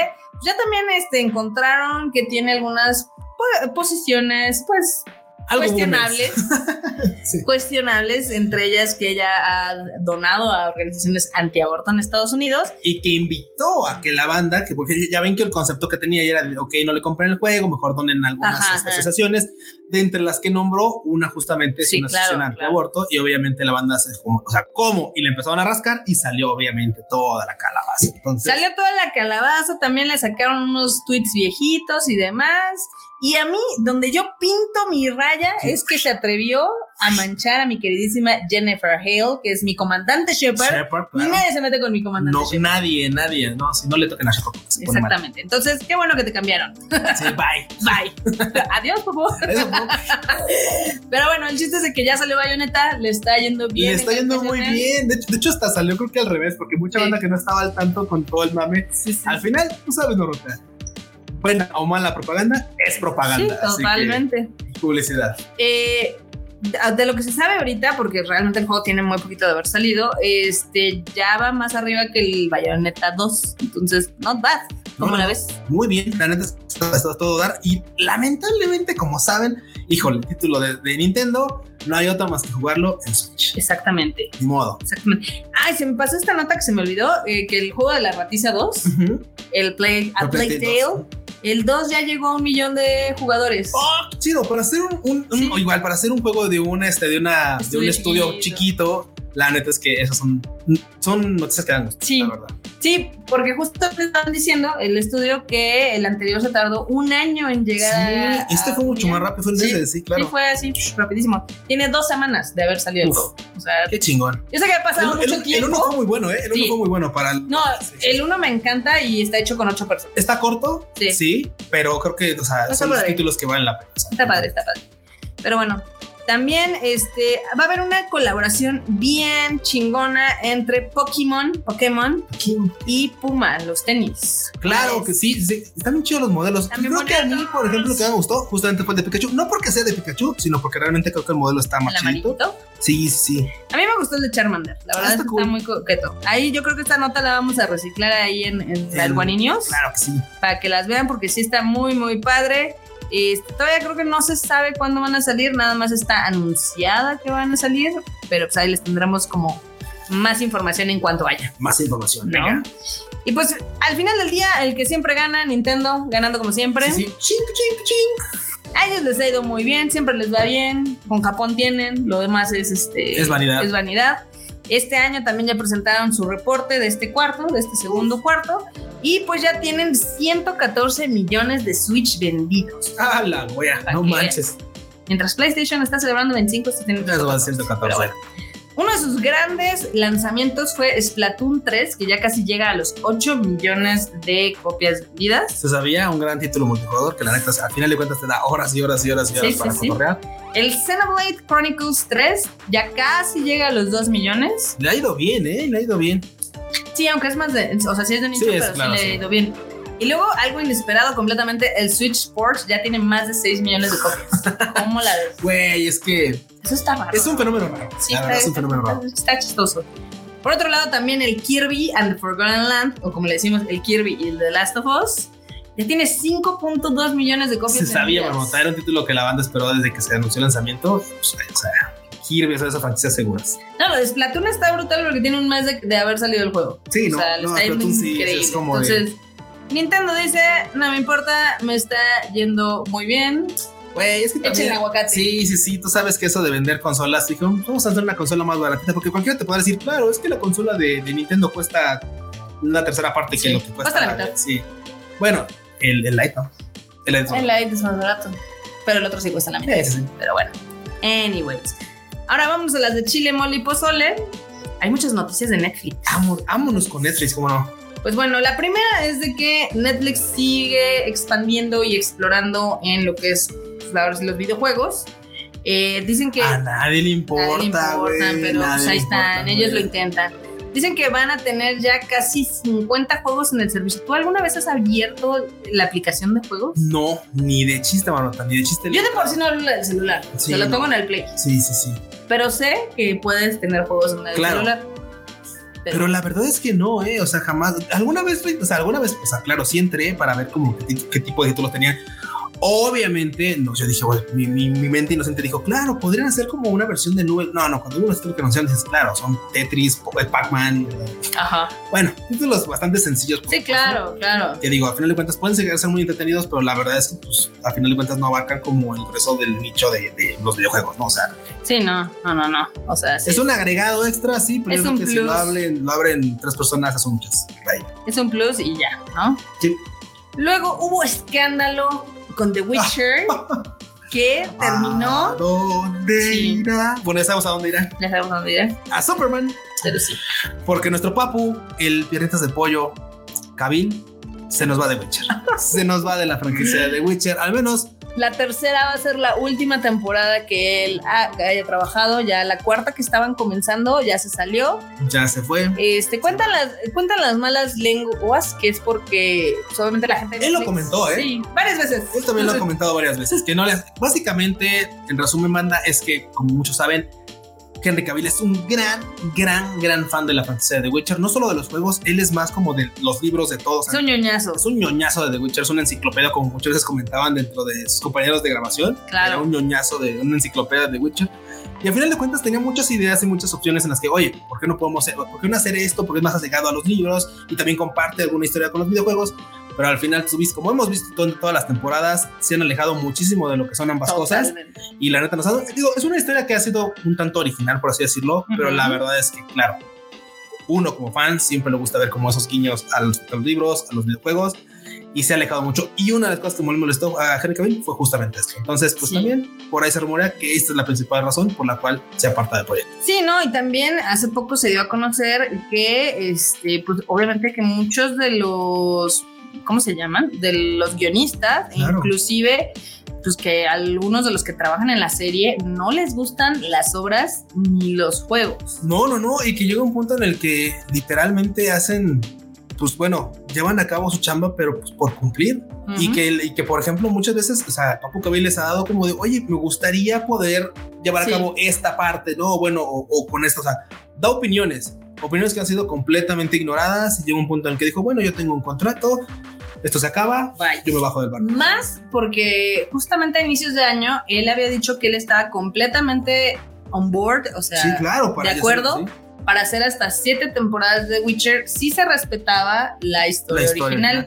[SPEAKER 1] Ya también este, encontraron que tiene algunas po- posiciones, pues,
[SPEAKER 2] Algo
[SPEAKER 1] cuestionables.
[SPEAKER 2] Sí.
[SPEAKER 1] Cuestionables, entre ellas que ella ha donado a organizaciones antiaborto en Estados Unidos.
[SPEAKER 2] buenas. Y que invitó a que la banda, que porque ya ven que el concepto que tenía era, de, ok, no le compren el juego, mejor donen algunas
[SPEAKER 1] Ajá, ajá.
[SPEAKER 2] asociaciones, de entre las que nombró una justamente es
[SPEAKER 1] Sí,
[SPEAKER 2] una
[SPEAKER 1] claro,
[SPEAKER 2] asociación
[SPEAKER 1] claro.
[SPEAKER 2] antiaborto y obviamente la banda se como, o sea, ¿cómo? Y le empezaron a rascar y salió obviamente toda la calabaza. Entonces,
[SPEAKER 1] Salió toda la calabaza, también le sacaron unos tweets viejitos y demás. Y a mí, donde yo pinto mi raya, es que se atrevió a manchar a mi queridísima Jennifer Hale, que es mi comandante Shepard.
[SPEAKER 2] Shepard,
[SPEAKER 1] Ni
[SPEAKER 2] claro.
[SPEAKER 1] Nadie se mete con mi comandante
[SPEAKER 2] no,
[SPEAKER 1] Shepard.
[SPEAKER 2] nadie, nadie, no, si no le toquen a Shepard, porque se pone mal.
[SPEAKER 1] Exactamente. Entonces, qué bueno que te cambiaron.
[SPEAKER 2] Sí, bye.
[SPEAKER 1] Bye. Adiós, por favor.
[SPEAKER 2] Eso fue
[SPEAKER 1] Pero bueno, el chiste es de que ya salió Bayonetta, le está yendo bien.
[SPEAKER 2] Le está
[SPEAKER 1] en este
[SPEAKER 2] yendo
[SPEAKER 1] las
[SPEAKER 2] muy
[SPEAKER 1] canciones.
[SPEAKER 2] bien. De hecho, de hecho, hasta salió creo que al revés, porque mucha
[SPEAKER 1] Sí.
[SPEAKER 2] banda que no estaba al tanto con todo el mame.
[SPEAKER 1] Sí, sí.
[SPEAKER 2] Al final, tú sabes, Dorota. Buena o mala propaganda es propaganda.
[SPEAKER 1] Sí,
[SPEAKER 2] así que,
[SPEAKER 1] totalmente.
[SPEAKER 2] publicidad.
[SPEAKER 1] Eh, de de lo que se sabe ahorita, porque realmente el juego tiene muy poquito de haber salido, este ya va más arriba que el Bayonetta 2. Entonces, not bad. ¿Cómo
[SPEAKER 2] No,
[SPEAKER 1] la
[SPEAKER 2] no.
[SPEAKER 1] ves?
[SPEAKER 2] Muy bien, la neta está está todo dar. Y lamentablemente, como saben, híjole, el título de, de Nintendo, no hay otra más que jugarlo en Switch.
[SPEAKER 1] Exactamente,
[SPEAKER 2] Ni modo.
[SPEAKER 1] exactamente. Ay, se me pasó esta nota que se me olvidó, eh, que el juego de la ratiza 2,
[SPEAKER 2] Ujú.
[SPEAKER 1] el Play, a
[SPEAKER 2] El
[SPEAKER 1] Plague
[SPEAKER 2] Plague
[SPEAKER 1] Tale, el 2 ya llegó a un millón de jugadores.
[SPEAKER 2] Oh, qué chido, para hacer un, un- un-
[SPEAKER 1] Sí.
[SPEAKER 2] o igual para hacer un juego de un este de una de un
[SPEAKER 1] Estudio
[SPEAKER 2] estudio chiquito, la neta es que esas son son noticias que dan gusto,
[SPEAKER 1] Sí.
[SPEAKER 2] la verdad.
[SPEAKER 1] Sí, porque justo me estaban diciendo el estudio que el anterior se tardó un año en llegar a-
[SPEAKER 2] Sí, este
[SPEAKER 1] a
[SPEAKER 2] fue
[SPEAKER 1] un
[SPEAKER 2] mucho
[SPEAKER 1] millón.
[SPEAKER 2] más rápido, fue el
[SPEAKER 1] Sí,
[SPEAKER 2] desde, sí, claro.
[SPEAKER 1] Sí, fue así, rapidísimo. Tiene dos semanas de haber salido el
[SPEAKER 2] Uf.
[SPEAKER 1] juego. O sea,
[SPEAKER 2] Qué chingón.
[SPEAKER 1] yo sé que ha pasado
[SPEAKER 2] El, el-
[SPEAKER 1] mucho
[SPEAKER 2] el
[SPEAKER 1] tiempo.
[SPEAKER 2] uno fue muy bueno, ¿eh? El uno
[SPEAKER 1] Sí.
[SPEAKER 2] fue muy bueno para... el-
[SPEAKER 1] no,
[SPEAKER 2] Sí, sí.
[SPEAKER 1] el uno me encanta y está hecho con ocho personas.
[SPEAKER 2] Está corto,
[SPEAKER 1] Sí.
[SPEAKER 2] sí. pero creo que, o sea,
[SPEAKER 1] Está
[SPEAKER 2] son los
[SPEAKER 1] padre.
[SPEAKER 2] títulos que valen la pena. o sea.
[SPEAKER 1] Está padre, está padre. Pero bueno, también este, va a haber una colaboración bien chingona entre Pokémon, Pokémon y Puma, los tenis.
[SPEAKER 2] Claro que sí, sí, están bien chidos los modelos.
[SPEAKER 1] Están bien
[SPEAKER 2] creo que a mí,
[SPEAKER 1] bonitos.
[SPEAKER 2] por ejemplo, que me gustó justamente fue el de Pikachu. No porque sea de Pikachu, sino porque realmente creo que el modelo está
[SPEAKER 1] El
[SPEAKER 2] más chidito.
[SPEAKER 1] amarillito.
[SPEAKER 2] Sí, sí.
[SPEAKER 1] A mí me gustó el de Charmander, la verdad
[SPEAKER 2] Ah, está
[SPEAKER 1] está,
[SPEAKER 2] cool.
[SPEAKER 1] muy coqueto. Ahí yo creo que esta nota la vamos a reciclar ahí en, en las
[SPEAKER 2] En-
[SPEAKER 1] Guani News.
[SPEAKER 2] Claro que sí.
[SPEAKER 1] para que las vean porque sí está muy muy padre. Este, todavía creo que no se sabe cuándo van a salir, nada más está anunciada que van a salir, pero pues ahí les tendremos como más información en cuanto vaya.
[SPEAKER 2] Más información.
[SPEAKER 1] ¿no?
[SPEAKER 2] venga.
[SPEAKER 1] Y pues al final del día, el que siempre gana, Nintendo, ganando como siempre.
[SPEAKER 2] Sí, sí. Ching, ching, ching.
[SPEAKER 1] A ellos les ha ido muy bien, siempre les va bien, con Japón tienen, lo demás es este
[SPEAKER 2] Es vanidad.
[SPEAKER 1] es vanidad. Este año también ya presentaron su reporte de este cuarto, de este segundo cuarto, y pues ya tienen 114 millones de Switch vendidos.
[SPEAKER 2] Ah, la wea.
[SPEAKER 1] Pa'
[SPEAKER 2] No
[SPEAKER 1] que
[SPEAKER 2] manches.
[SPEAKER 1] Mientras PlayStation está celebrando 25, se tiene que
[SPEAKER 2] Eso va a
[SPEAKER 1] celebrar.
[SPEAKER 2] 114.
[SPEAKER 1] Pero bueno. Uno de sus grandes lanzamientos fue Splatoon 3, que ya casi llega a los 8 millones de copias vendidas.
[SPEAKER 2] se sabía un gran título multijugador que la neta, al final de cuentas te da horas y horas y horas y horas
[SPEAKER 1] Sí,
[SPEAKER 2] para
[SPEAKER 1] sí, sí.
[SPEAKER 2] cotorrear.
[SPEAKER 1] El Xenoblade Chronicles 3 ya casi llega a los 2 millones.
[SPEAKER 2] Le ha ido bien, ¿eh? Le ha ido bien.
[SPEAKER 1] Sí, aunque es más de. O sea, sí es de nicho,
[SPEAKER 2] Sí, es
[SPEAKER 1] pero
[SPEAKER 2] claro,
[SPEAKER 1] sí le
[SPEAKER 2] sí.
[SPEAKER 1] ha ido bien. Y luego, algo inesperado completamente: el Switch Sports ya tiene más de 6 millones de copias. ¿Cómo la ves?
[SPEAKER 2] Güey, es que
[SPEAKER 1] Eso está raro.
[SPEAKER 2] es un fenómeno raro.
[SPEAKER 1] Sí,
[SPEAKER 2] la
[SPEAKER 1] está,
[SPEAKER 2] verdad, es un fenómeno raro.
[SPEAKER 1] está chistoso. Por otro lado, también el Kirby and the Forgotten Land, o como le decimos, el Kirby y el The Last of Us, ya tiene 5.2 millones de copias.
[SPEAKER 2] Se sabía,
[SPEAKER 1] vendidas.
[SPEAKER 2] Marmota, era un título que la banda esperó desde que se anunció el lanzamiento. Pues, o sea, Kirby, o sea, esas franquicias seguras.
[SPEAKER 1] No, lo de Splatoon está brutal porque tiene un mes de, de haber salido el juego.
[SPEAKER 2] Sí,
[SPEAKER 1] o sea, le está yendo
[SPEAKER 2] Splatoon sí,
[SPEAKER 1] increíble.
[SPEAKER 2] es como de-
[SPEAKER 1] Entonces, Nintendo dice, no me importa, me está yendo muy bien.
[SPEAKER 2] Güey, es que
[SPEAKER 1] Echen
[SPEAKER 2] también...
[SPEAKER 1] aguacate.
[SPEAKER 2] Sí, sí, sí, tú sabes que eso de vender consolas, dije, vamos a hacer una consola más baratita, porque cualquiera te puede decir, claro, es que la consola de, de Nintendo cuesta una tercera parte
[SPEAKER 1] Sí,
[SPEAKER 2] que lo que cuesta.
[SPEAKER 1] cuesta la
[SPEAKER 2] vida.
[SPEAKER 1] mitad.
[SPEAKER 2] Sí. Bueno, el, el light, ¿no? El light.
[SPEAKER 1] El light es más barato. Pero el otro sí cuesta la mitad.
[SPEAKER 2] Sí, sí, sí.
[SPEAKER 1] Pero bueno. Anyways. Ahora vamos a las de Chile, Mole y Pozole. Hay muchas noticias de Netflix.
[SPEAKER 2] Vámonos, vámonos con Netflix, ¿cómo no?
[SPEAKER 1] Pues bueno, la primera es de que Netflix sigue expandiendo y explorando en lo que es pues, ahora sí, los videojuegos. Eh, dicen que
[SPEAKER 2] A nadie le importa,
[SPEAKER 1] nadie le importan,
[SPEAKER 2] güey,
[SPEAKER 1] pero pues,
[SPEAKER 2] nadie le
[SPEAKER 1] ahí
[SPEAKER 2] importa,
[SPEAKER 1] están, ellos lo
[SPEAKER 2] güey.
[SPEAKER 1] intentan. Dicen que van a tener ya casi 50 juegos en el servicio. ¿Tú alguna vez has abierto la aplicación de juegos?
[SPEAKER 2] No, ni de chiste, Marota, ni de chiste.
[SPEAKER 1] Yo de por sí no hablo del celular,
[SPEAKER 2] Sí,
[SPEAKER 1] se lo
[SPEAKER 2] no.
[SPEAKER 1] pongo en el Play.
[SPEAKER 2] Sí, sí, sí.
[SPEAKER 1] Pero sé que puedes tener juegos en el
[SPEAKER 2] Claro.
[SPEAKER 1] celular.
[SPEAKER 2] Pero la verdad es que no, ¿eh? O sea, jamás. Alguna vez, o sea, alguna vez, o sea, claro, sí entré para ver como qué, ti- qué tipo de títulos tenían. Obviamente, no, yo dije, güey, mi, mi- mi mente inocente dijo, claro, podrían hacer como una versión de nube. No, no, cuando uno títulos que anuncian, dices, claro, son Tetris, Po- Pac-Man. eh,
[SPEAKER 1] Ajá.
[SPEAKER 2] Bueno, títulos bastante sencillos. pues".
[SPEAKER 1] Sí, claro, claro.
[SPEAKER 2] Que digo, a final de cuentas pueden seguir ser muy entretenidos, pero la verdad es que, pues, a final de cuentas no abarcan como el grueso del nicho de, de los videojuegos, ¿no? O sea,
[SPEAKER 1] Sí, no, no, no, no. O sea, sí.
[SPEAKER 2] es un agregado extra, sí, pero
[SPEAKER 1] Es
[SPEAKER 2] yo creo
[SPEAKER 1] un
[SPEAKER 2] que si
[SPEAKER 1] plus.
[SPEAKER 2] lo, hablen- lo abren tres personas, ya son muchas. Bye.
[SPEAKER 1] es un plus y ya, ¿no?
[SPEAKER 2] Sí.
[SPEAKER 1] Luego hubo escándalo con The Witcher que
[SPEAKER 2] ¿A Ah.
[SPEAKER 1] terminó.
[SPEAKER 2] dónde
[SPEAKER 1] Sí.
[SPEAKER 2] irá? Bueno, ya sabemos a dónde irá.
[SPEAKER 1] Ya sabemos dónde irá,
[SPEAKER 2] A Superman.
[SPEAKER 1] pero sí.
[SPEAKER 2] Porque nuestro papu, el Pierritas de Pollo, Kabil, se nos va de Witcher. se nos va de la franquicia de Witcher. Al menos,
[SPEAKER 1] La tercera va a ser la última temporada que él ha- haya trabajado. Ya la cuarta que estaban comenzando ya se salió.
[SPEAKER 2] ya se fue.
[SPEAKER 1] Este, cuentan las, cuentan las malas lenguas que es porque solamente la gente. de
[SPEAKER 2] Él lo
[SPEAKER 1] Netflix-
[SPEAKER 2] comentó, ¿eh?
[SPEAKER 1] Sí, varias veces.
[SPEAKER 2] Él también lo ha comentado varias veces. Que no le hace- Básicamente, en resumen, manda es que, como muchos saben, Henry Cavill es un gran, gran, gran fan de la franquicia de The Witcher. No solo de los juegos, él es más como de los libros de todos.
[SPEAKER 1] Es un ñoñazo,
[SPEAKER 2] es un ñoñazo de The Witcher, es una enciclopedia, como muchas veces comentaban dentro de sus compañeros de grabación. Era
[SPEAKER 1] claro.
[SPEAKER 2] un ñoñazo de una enciclopedia de The Witcher. Y al final de cuentas tenía muchas ideas y muchas opciones en las que, oye, ¿por qué no podemos hacer, por qué no hacer esto? Porque es más allegado a los libros y también comparte alguna historia con los videojuegos. Pero al final, tú ves, como hemos visto en todas las temporadas, se han alejado muchísimo de lo que son ambas cosas.
[SPEAKER 1] Totalmente.
[SPEAKER 2] Y la neta, nos ha- digo, es una historia que ha sido un tanto original, por así decirlo. Pero
[SPEAKER 1] Ujú.
[SPEAKER 2] la verdad es que, claro, uno como fan siempre le gusta ver como esos guiños a los, a los libros, a los videojuegos. Y se ha alejado mucho. Y una de las cosas que más le molestó a Henry Cavill fue justamente esto. Entonces, pues
[SPEAKER 1] Sí.
[SPEAKER 2] también por ahí se rumorea que esta es la principal razón por la cual se aparta del proyecto.
[SPEAKER 1] Sí, no, y también hace poco se dio a conocer que, este, pues obviamente que muchos de los, ¿cómo se llaman? De los guionistas, e
[SPEAKER 2] Claro.
[SPEAKER 1] inclusive, pues que algunos de los que trabajan en la serie no les gustan las obras ni los juegos.
[SPEAKER 2] No, no, no. Y que llega un punto en el que literalmente hacen, pues bueno, llevan a cabo su chamba, pero pues, por cumplir. y,
[SPEAKER 1] Ujú.
[SPEAKER 2] que, el- y que, por ejemplo, muchas veces, o sea, Papu Cabil les ha dado como de, oye, me gustaría poder llevar
[SPEAKER 1] Sí.
[SPEAKER 2] a cabo esta parte, ¿no? O Bueno, o, o con esto, o sea, da opiniones, opiniones que han sido completamente ignoradas y llega un punto en el que dijo, bueno, yo tengo un contrato, esto se acaba,
[SPEAKER 1] Vaya.
[SPEAKER 2] yo me bajo del barco.
[SPEAKER 1] Más porque justamente a inicios de año él había dicho que él estaba completamente on board, o sea,
[SPEAKER 2] sí, claro, para
[SPEAKER 1] ¿de
[SPEAKER 2] ellos,
[SPEAKER 1] acuerdo?
[SPEAKER 2] sí.
[SPEAKER 1] para hacer hasta siete temporadas de Witcher, sí se respetaba la historia,
[SPEAKER 2] La historia,
[SPEAKER 1] original.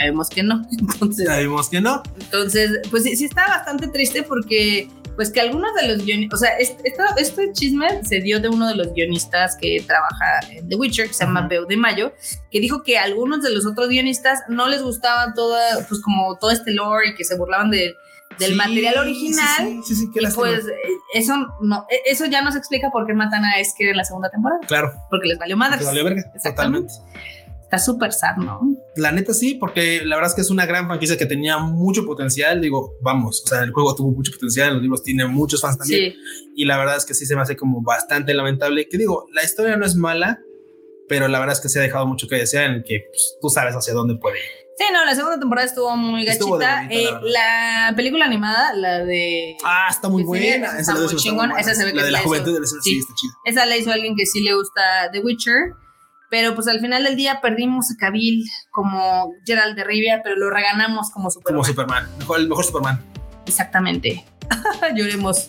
[SPEAKER 1] Ya vemos que no. Entonces,
[SPEAKER 2] Ya vimos que no.
[SPEAKER 1] entonces pues sí, sí estaba bastante triste porque, pues que algunos de los guionistas, o sea, es- esto- este, chisme se dio de uno de los guionistas que trabaja en The Witcher, que se llama
[SPEAKER 2] Ujú.
[SPEAKER 1] Beo de Mayo, que dijo que a algunos de los otros guionistas no les gustaba toda, pues como todo este lore y que se burlaban de- del
[SPEAKER 2] Sí,
[SPEAKER 1] material
[SPEAKER 2] sí,
[SPEAKER 1] original.
[SPEAKER 2] Sí, sí, sí, qué
[SPEAKER 1] Y
[SPEAKER 2] lástima.
[SPEAKER 1] pues eh, eso no, eh, eso ya nos explica por qué matan a Esker en la segunda temporada,
[SPEAKER 2] Claro,
[SPEAKER 1] porque les valió madres.
[SPEAKER 2] te valió verga,
[SPEAKER 1] Exactamente.
[SPEAKER 2] totalmente.
[SPEAKER 1] Está súper sad, ¿no?
[SPEAKER 2] La neta sí, porque la verdad es que es una gran franquicia que tenía mucho potencial. Digo, vamos, o sea, el juego tuvo mucho potencial, los libros tienen muchos fans también.
[SPEAKER 1] Sí,
[SPEAKER 2] y la verdad es que sí se me hace como bastante lamentable. Que digo, la historia no es mala, pero la verdad es que se ha dejado mucho que desear en que pues, tú sabes hacia dónde puede ir.
[SPEAKER 1] sí, no, la segunda temporada estuvo muy gachita.
[SPEAKER 2] Estuvo de
[SPEAKER 1] Eh,
[SPEAKER 2] bonita,
[SPEAKER 1] la, película animada, la de...
[SPEAKER 2] Ah, está muy
[SPEAKER 1] Sí, sí,
[SPEAKER 2] buena.
[SPEAKER 1] esa
[SPEAKER 2] Esa
[SPEAKER 1] está
[SPEAKER 2] la de
[SPEAKER 1] muy
[SPEAKER 2] Resident
[SPEAKER 1] chingona,
[SPEAKER 2] buena.
[SPEAKER 1] esa se ve
[SPEAKER 2] La
[SPEAKER 1] que
[SPEAKER 2] de la
[SPEAKER 1] es la
[SPEAKER 2] juventud
[SPEAKER 1] eso.
[SPEAKER 2] de Resident sí.
[SPEAKER 1] Sí.
[SPEAKER 2] está chida.
[SPEAKER 1] Esa la hizo alguien que sí le gusta The Witcher, pero pues al final del día perdimos a Kabil como Gerald de Rivia, pero lo reganamos como Superman.
[SPEAKER 2] Como Superman, mejor, el mejor Superman.
[SPEAKER 1] Exactamente. Lloremos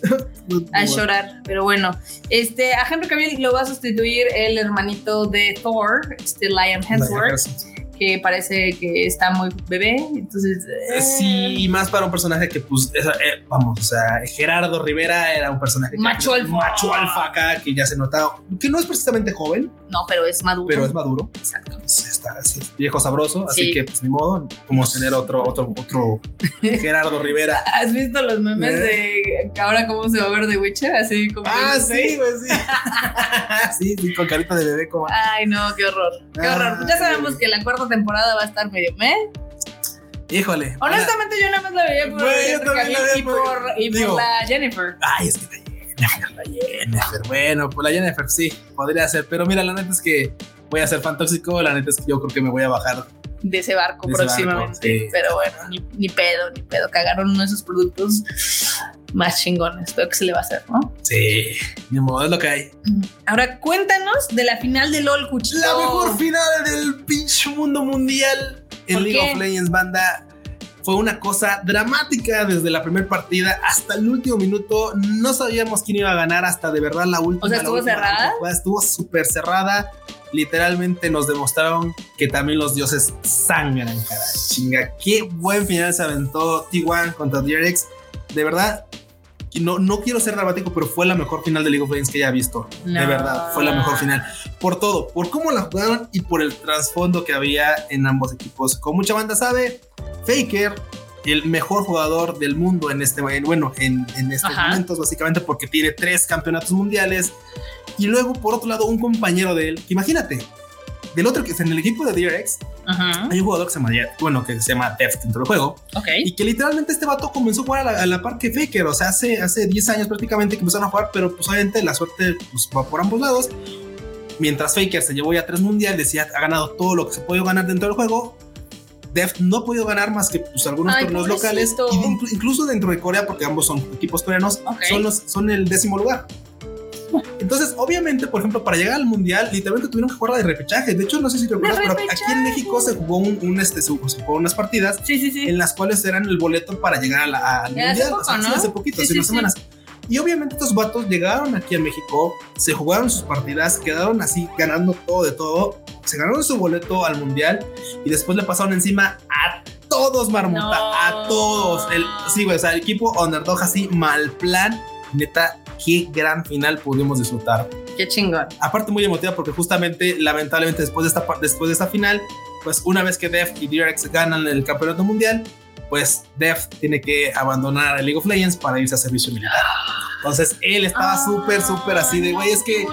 [SPEAKER 1] a llorar, pero bueno. Este, a Henry Cavill lo va a sustituir el hermanito de Thor, este Lion Hemsworth, que parece que está muy bebé, entonces... eh,
[SPEAKER 2] Sí, y más para un personaje que, pues, es- eh, vamos, o sea, Gerardo Rivera era un personaje que-
[SPEAKER 1] Macho alfa.
[SPEAKER 2] macho alfa acá, que ya se notaba, que no es precisamente joven,
[SPEAKER 1] No, pero es maduro.
[SPEAKER 2] pero es maduro.
[SPEAKER 1] Exacto.
[SPEAKER 2] Entonces, está, es viejo sabroso, así
[SPEAKER 1] Sí.
[SPEAKER 2] que pues ni modo, como tener otro, otro, otro Gerardo Rivera.
[SPEAKER 1] ¿Has visto los memes de ahora cómo se va a ver The Witcher? Así como.
[SPEAKER 2] ¿Eh? Ah,
[SPEAKER 1] que-
[SPEAKER 2] sí, pues sí. sí, sí, con carita de bebé como.
[SPEAKER 1] Ay, no, qué horror. Qué
[SPEAKER 2] Ah,
[SPEAKER 1] horror. Pues Ya sabemos
[SPEAKER 2] sí.
[SPEAKER 1] que la cuarta temporada va a estar medio meh.
[SPEAKER 2] Híjole.
[SPEAKER 1] Honestamente, yo nada más la veía por
[SPEAKER 2] Güey, yo
[SPEAKER 1] Henry
[SPEAKER 2] también la
[SPEAKER 1] Cavill
[SPEAKER 2] veía
[SPEAKER 1] y
[SPEAKER 2] por-
[SPEAKER 1] por, y por
[SPEAKER 2] digo-
[SPEAKER 1] la Jennifer.
[SPEAKER 2] Ay, es que la Jennifer, la Jennifer. Bueno, pues la Jennifer sí, podría ser. Pero mira, la neta es que voy a ser fan tóxico. La neta es que yo creo que me voy a bajar.
[SPEAKER 1] de ese barco
[SPEAKER 2] De ese
[SPEAKER 1] próximamente.
[SPEAKER 2] barco, sí.
[SPEAKER 1] Pero bueno, ni, ni pedo, ni pedo. Cagaron uno de esos productos más chingones. Pero que se le va a hacer, ¿no?
[SPEAKER 2] Sí, ni modo, es lo que hay.
[SPEAKER 1] Ahora cuéntanos de la final de LOL Cuchito.
[SPEAKER 2] La mejor final del pinche mundo mundial en
[SPEAKER 1] ¿Por
[SPEAKER 2] League
[SPEAKER 1] qué?
[SPEAKER 2] of Legends, banda. Fue una cosa dramática desde la primera partida hasta el último minuto. No sabíamos quién iba a ganar hasta de verdad la última.
[SPEAKER 1] O sea,
[SPEAKER 2] la
[SPEAKER 1] ¿estuvo
[SPEAKER 2] última
[SPEAKER 1] cerrada?
[SPEAKER 2] jugada. Estuvo súper cerrada. Literalmente nos demostraron que también los dioses sangran, cara. Chinga, qué buen final se aventó T1 contra DRX. De verdad, y no, no quiero ser dramático, pero fue la mejor final de League of Legends que haya visto. De
[SPEAKER 1] No.
[SPEAKER 2] verdad, fue la mejor final. Por todo, por cómo la jugaron y por el trasfondo que había en ambos equipos. Como mucha banda sabe, Faker, el mejor jugador del mundo en este en- bueno, en, en estos
[SPEAKER 1] Ajá.
[SPEAKER 2] momentos, básicamente porque tiene tres campeonatos mundiales. Y luego, por otro lado, un compañero de él, que imagínate, del otro que es en el equipo de DRX,
[SPEAKER 1] Ajá.
[SPEAKER 2] hay un jugador que se llama, bueno, que se llama Deft dentro del juego.
[SPEAKER 1] Ok.
[SPEAKER 2] Y que literalmente este vato comenzó a jugar a la, a la par que Faker, o sea, hace, hace 10 años prácticamente que empezaron a jugar, pero pues obviamente la suerte pues, va por ambos lados. Mientras Faker se llevó ya tres mundiales y ha, ha ganado todo lo que se puede ganar dentro del juego, Deft no ha podido ganar más que pues, algunos
[SPEAKER 1] Ay,
[SPEAKER 2] torneos locales,
[SPEAKER 1] pobrecito.
[SPEAKER 2] y de inclu- incluso dentro de Corea, porque ambos son equipos coreanos,
[SPEAKER 1] Ok.
[SPEAKER 2] son, los, son el décimo lugar. Entonces, obviamente, por ejemplo, para llegar al mundial, literalmente tuvieron que jugar la de repechaje. De hecho, no sé si recuerdas, pero aquí en
[SPEAKER 1] repechaje.
[SPEAKER 2] México se jugó un, un, este, se jugó- se jugó unas partidas
[SPEAKER 1] Sí, sí, sí.
[SPEAKER 2] en las cuales eran el boleto para llegar a la, al
[SPEAKER 1] Ya hace
[SPEAKER 2] mundial.
[SPEAKER 1] poco,
[SPEAKER 2] o sea, sí,
[SPEAKER 1] ¿no?
[SPEAKER 2] hace poquito,
[SPEAKER 1] Sí,
[SPEAKER 2] hace
[SPEAKER 1] sí,
[SPEAKER 2] unas
[SPEAKER 1] sí.
[SPEAKER 2] semanas. Y obviamente estos vatos llegaron aquí a México, se jugaron sus partidas, quedaron así ganando todo de todo, se ganaron su boleto al mundial y después le pasaron encima a todos Marmota,
[SPEAKER 1] No.
[SPEAKER 2] a todos. El, sí, güey, o sea, el equipo underdog así mal plan, neta, qué gran final pudimos disfrutar
[SPEAKER 1] Qué chingón.
[SPEAKER 2] aparte muy emotiva porque justamente lamentablemente después de esta par- después de esta final pues una vez que Def y DRX ganan el campeonato mundial pues Def tiene que abandonar el League of Legends para irse a servicio militar entonces él estaba
[SPEAKER 1] Ah,
[SPEAKER 2] súper súper así de güey es que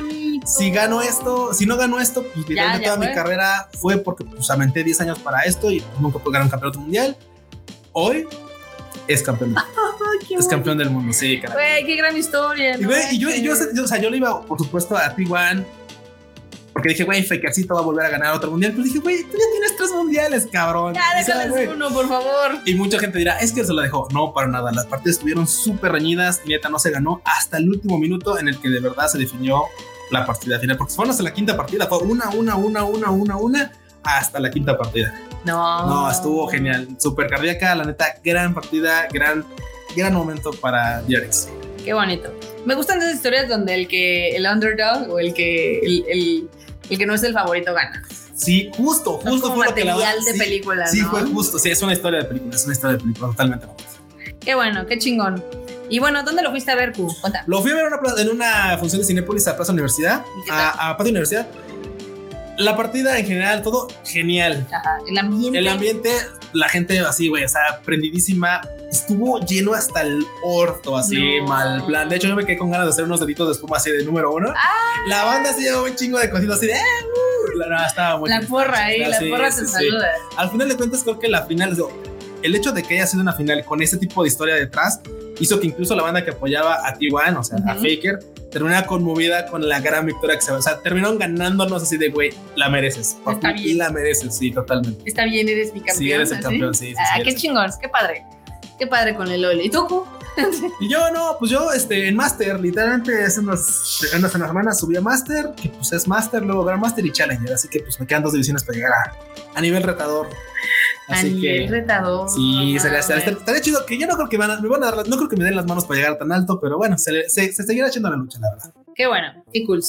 [SPEAKER 2] si gano esto si no gano esto pues literalmente
[SPEAKER 1] ya
[SPEAKER 2] toda mi
[SPEAKER 1] fue.
[SPEAKER 2] carrera fue porque pues aventé 10 años para esto y nunca pude ganar un campeonato mundial hoy es campeón es campeón del mundo sí caray.
[SPEAKER 1] Güey, qué gran historia.
[SPEAKER 2] Y,
[SPEAKER 1] no
[SPEAKER 2] güey, y yo, y yo,
[SPEAKER 1] manches.
[SPEAKER 2] o sea, yo le iba, por supuesto, a T1. Porque dije, güey, Fakercito va a volver a ganar otro mundial. Pero dije, güey, tú ya tienes tres mundiales, cabrón.
[SPEAKER 1] Ya,
[SPEAKER 2] O sea, güey.
[SPEAKER 1] déjales uno, por favor.
[SPEAKER 2] Y mucha gente dirá, es que se la dejó. No, para nada. Las partidas estuvieron súper reñidas. Y neta, no se ganó hasta el último minuto en el que de verdad se definió la partida final. Porque fueron hasta la quinta partida. Fue una, una, una, una, una, una. Hasta la quinta partida.
[SPEAKER 1] No.
[SPEAKER 2] No, estuvo genial. Súper cardíaca. La neta, gran partida. Gran, gran momento para Diarex.
[SPEAKER 1] Qué bonito. Me gustan esas historias donde el que el underdog o el que el, el- el que no es el favorito gana.
[SPEAKER 2] Sí, justo,
[SPEAKER 1] No
[SPEAKER 2] justo
[SPEAKER 1] como
[SPEAKER 2] fue lo que la
[SPEAKER 1] material de
[SPEAKER 2] sí,
[SPEAKER 1] película,
[SPEAKER 2] Sí,
[SPEAKER 1] ¿no?
[SPEAKER 2] fue justo. Sí, es una historia de película, es una historia de película, totalmente.
[SPEAKER 1] Qué bueno, qué chingón. Y bueno, ¿dónde lo fuiste a ver, Q? Cuenta.
[SPEAKER 2] Lo fui a ver en una, plaza- en una función de Cinépolis a Plaza Universidad,
[SPEAKER 1] ¿Y qué tal?
[SPEAKER 2] a, a Patio Universidad. La partida en general, todo genial.
[SPEAKER 1] Ajá, El ambiente.
[SPEAKER 2] El ambiente, la gente así, güey, o sea, prendidísima. Estuvo lleno hasta el orto, así,
[SPEAKER 1] No.
[SPEAKER 2] mal plan. De hecho, yo me quedé con ganas de hacer unos deditos de espuma así de número uno.
[SPEAKER 1] Ah.
[SPEAKER 2] La banda se llevaba un chingo de cositas así de... "Eh, uh". La, no, estaba muy
[SPEAKER 1] la
[SPEAKER 2] bien.
[SPEAKER 1] porra ahí, la
[SPEAKER 2] Sí,
[SPEAKER 1] porra
[SPEAKER 2] sí,
[SPEAKER 1] te
[SPEAKER 2] sí.
[SPEAKER 1] saluda.
[SPEAKER 2] Al final de cuentas, creo que la final, digo, el hecho de que haya sido una final con este tipo de historia detrás, hizo que incluso la banda que apoyaba a T1, o sea, a
[SPEAKER 1] Ujú.
[SPEAKER 2] Faker, terminara conmovida con la gran victoria que se O sea, terminaron ganándonos así de, güey, la mereces. Por
[SPEAKER 1] Está
[SPEAKER 2] ti
[SPEAKER 1] bien.
[SPEAKER 2] la mereces, sí, totalmente.
[SPEAKER 1] Está bien, eres mi campeón.
[SPEAKER 2] Sí, eres el
[SPEAKER 1] ¿así?
[SPEAKER 2] campeón, sí, sí, sí,
[SPEAKER 1] Ah,
[SPEAKER 2] eres
[SPEAKER 1] qué
[SPEAKER 2] el
[SPEAKER 1] chingón, qué padre. Qué padre con el LOL. ¿Y tú, Q?
[SPEAKER 2] Y yo, no, pues yo, este, en Master, literalmente hace unas, hace unas semanas subí a Master, que pues es Master, luego Gran Master y Challenger, así que pues me quedan dos divisiones para llegar a, a nivel retador.
[SPEAKER 1] A
[SPEAKER 2] Así
[SPEAKER 1] nivel
[SPEAKER 2] que...
[SPEAKER 1] retador.
[SPEAKER 2] Sí,
[SPEAKER 1] no
[SPEAKER 2] se le hace-
[SPEAKER 1] mames.
[SPEAKER 2] estaría chido que yo no creo que van a- me van a dar las- no creo que me den las manos para llegar tan alto, pero bueno, se, le- se, se seguirá echando la lucha, la verdad.
[SPEAKER 1] Qué bueno, qué cool.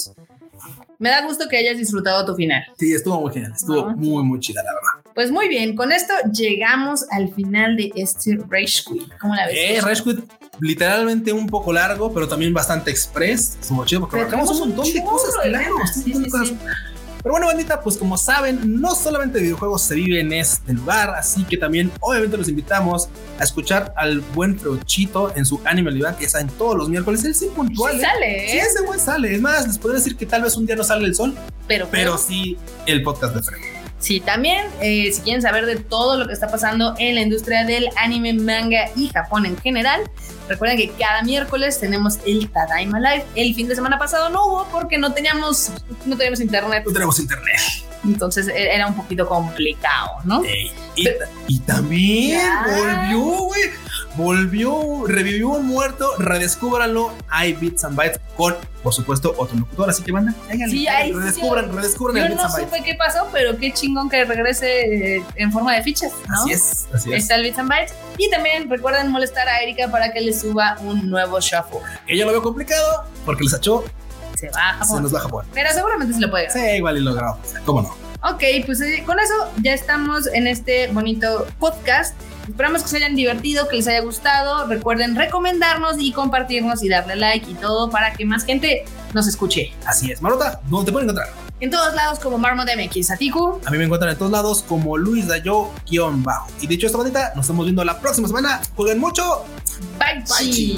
[SPEAKER 1] Me da gusto que hayas disfrutado tu final.
[SPEAKER 2] Sí, estuvo muy genial, estuvo
[SPEAKER 1] Ajá.
[SPEAKER 2] muy, muy chida, la verdad.
[SPEAKER 1] Pues muy bien, con esto llegamos al final de este Rage Quit. ¿Cómo la ves?
[SPEAKER 2] Eh, Rage Quit, literalmente un poco largo, pero también bastante express, estuvo chido porque
[SPEAKER 1] Pero
[SPEAKER 2] marcamos un
[SPEAKER 1] tenemos
[SPEAKER 2] montón de
[SPEAKER 1] chorro
[SPEAKER 2] cosas,
[SPEAKER 1] de
[SPEAKER 2] claro,
[SPEAKER 1] temas.
[SPEAKER 2] un
[SPEAKER 1] Sí,
[SPEAKER 2] montón
[SPEAKER 1] sí,
[SPEAKER 2] de cosas.
[SPEAKER 1] sí.
[SPEAKER 2] Pero bueno, bandita, pues como saben, no solamente de videojuegos se vive en este lugar, así que también obviamente los invitamos a escuchar al buen Frochito en su Animal Iván, que sale todos los miércoles. Él sí puntual.
[SPEAKER 1] Sí
[SPEAKER 2] ¿eh?
[SPEAKER 1] sale,
[SPEAKER 2] Sí,
[SPEAKER 1] ¿eh?
[SPEAKER 2] ese güey sale. Es más, les podría decir que tal vez un día no sale el sol,
[SPEAKER 1] Pero,
[SPEAKER 2] pero sí el podcast de Fred.
[SPEAKER 1] Sí, también eh, si quieren saber de todo lo que está pasando en la industria del anime, manga y Japón en general, recuerden que cada miércoles tenemos el Tadaima Live. El fin de semana pasado no hubo porque no teníamos, no teníamos internet,
[SPEAKER 2] No tenemos internet.
[SPEAKER 1] entonces e- era un poquito complicado, ¿no?
[SPEAKER 2] Ey, y, ta- y también
[SPEAKER 1] Ya.
[SPEAKER 2] volvió, güey. Volvió, revivió un muerto, redescúbranlo. Hay bits and bytes con, por supuesto, otro locutor. Así que manda, háganle,
[SPEAKER 1] Sí, ahí sí.
[SPEAKER 2] redescubran, redescubran
[SPEAKER 1] Yo
[SPEAKER 2] el bits
[SPEAKER 1] no
[SPEAKER 2] and bytes.
[SPEAKER 1] supe qué pasó, pero qué chingón que regrese eh, en forma de fichas, ¿no?
[SPEAKER 2] Así es, así es.
[SPEAKER 1] Está el Bits and Bytes. Y también recuerden molestar a Erika para que le suba un nuevo shuffle.
[SPEAKER 2] Que yo lo veo complicado porque les achó,
[SPEAKER 1] Se va a
[SPEAKER 2] se
[SPEAKER 1] Japón.
[SPEAKER 2] nos va a Japón.
[SPEAKER 1] Pero seguramente se lo puede. grabar.
[SPEAKER 2] Sí, igual y lo grabamos. ¿Cómo no?
[SPEAKER 1] Ok, pues eh, con eso ya estamos en este bonito podcast. Esperamos que se hayan divertido, que les haya gustado. Recuerden recomendarnos y compartirnos y darle like y todo para que más gente nos escuche.
[SPEAKER 2] Así es. Marota, ¿dónde te pueden encontrar?
[SPEAKER 1] En todos lados como Marmot MX, Atiku.
[SPEAKER 2] A mí me encuentran en todos lados como Luis Dayo guión bajo. Y dicho esto, bandita, nos estamos viendo la próxima semana. Jueguen mucho.
[SPEAKER 1] Bye,
[SPEAKER 2] Bye,
[SPEAKER 1] chi.
[SPEAKER 2] chi.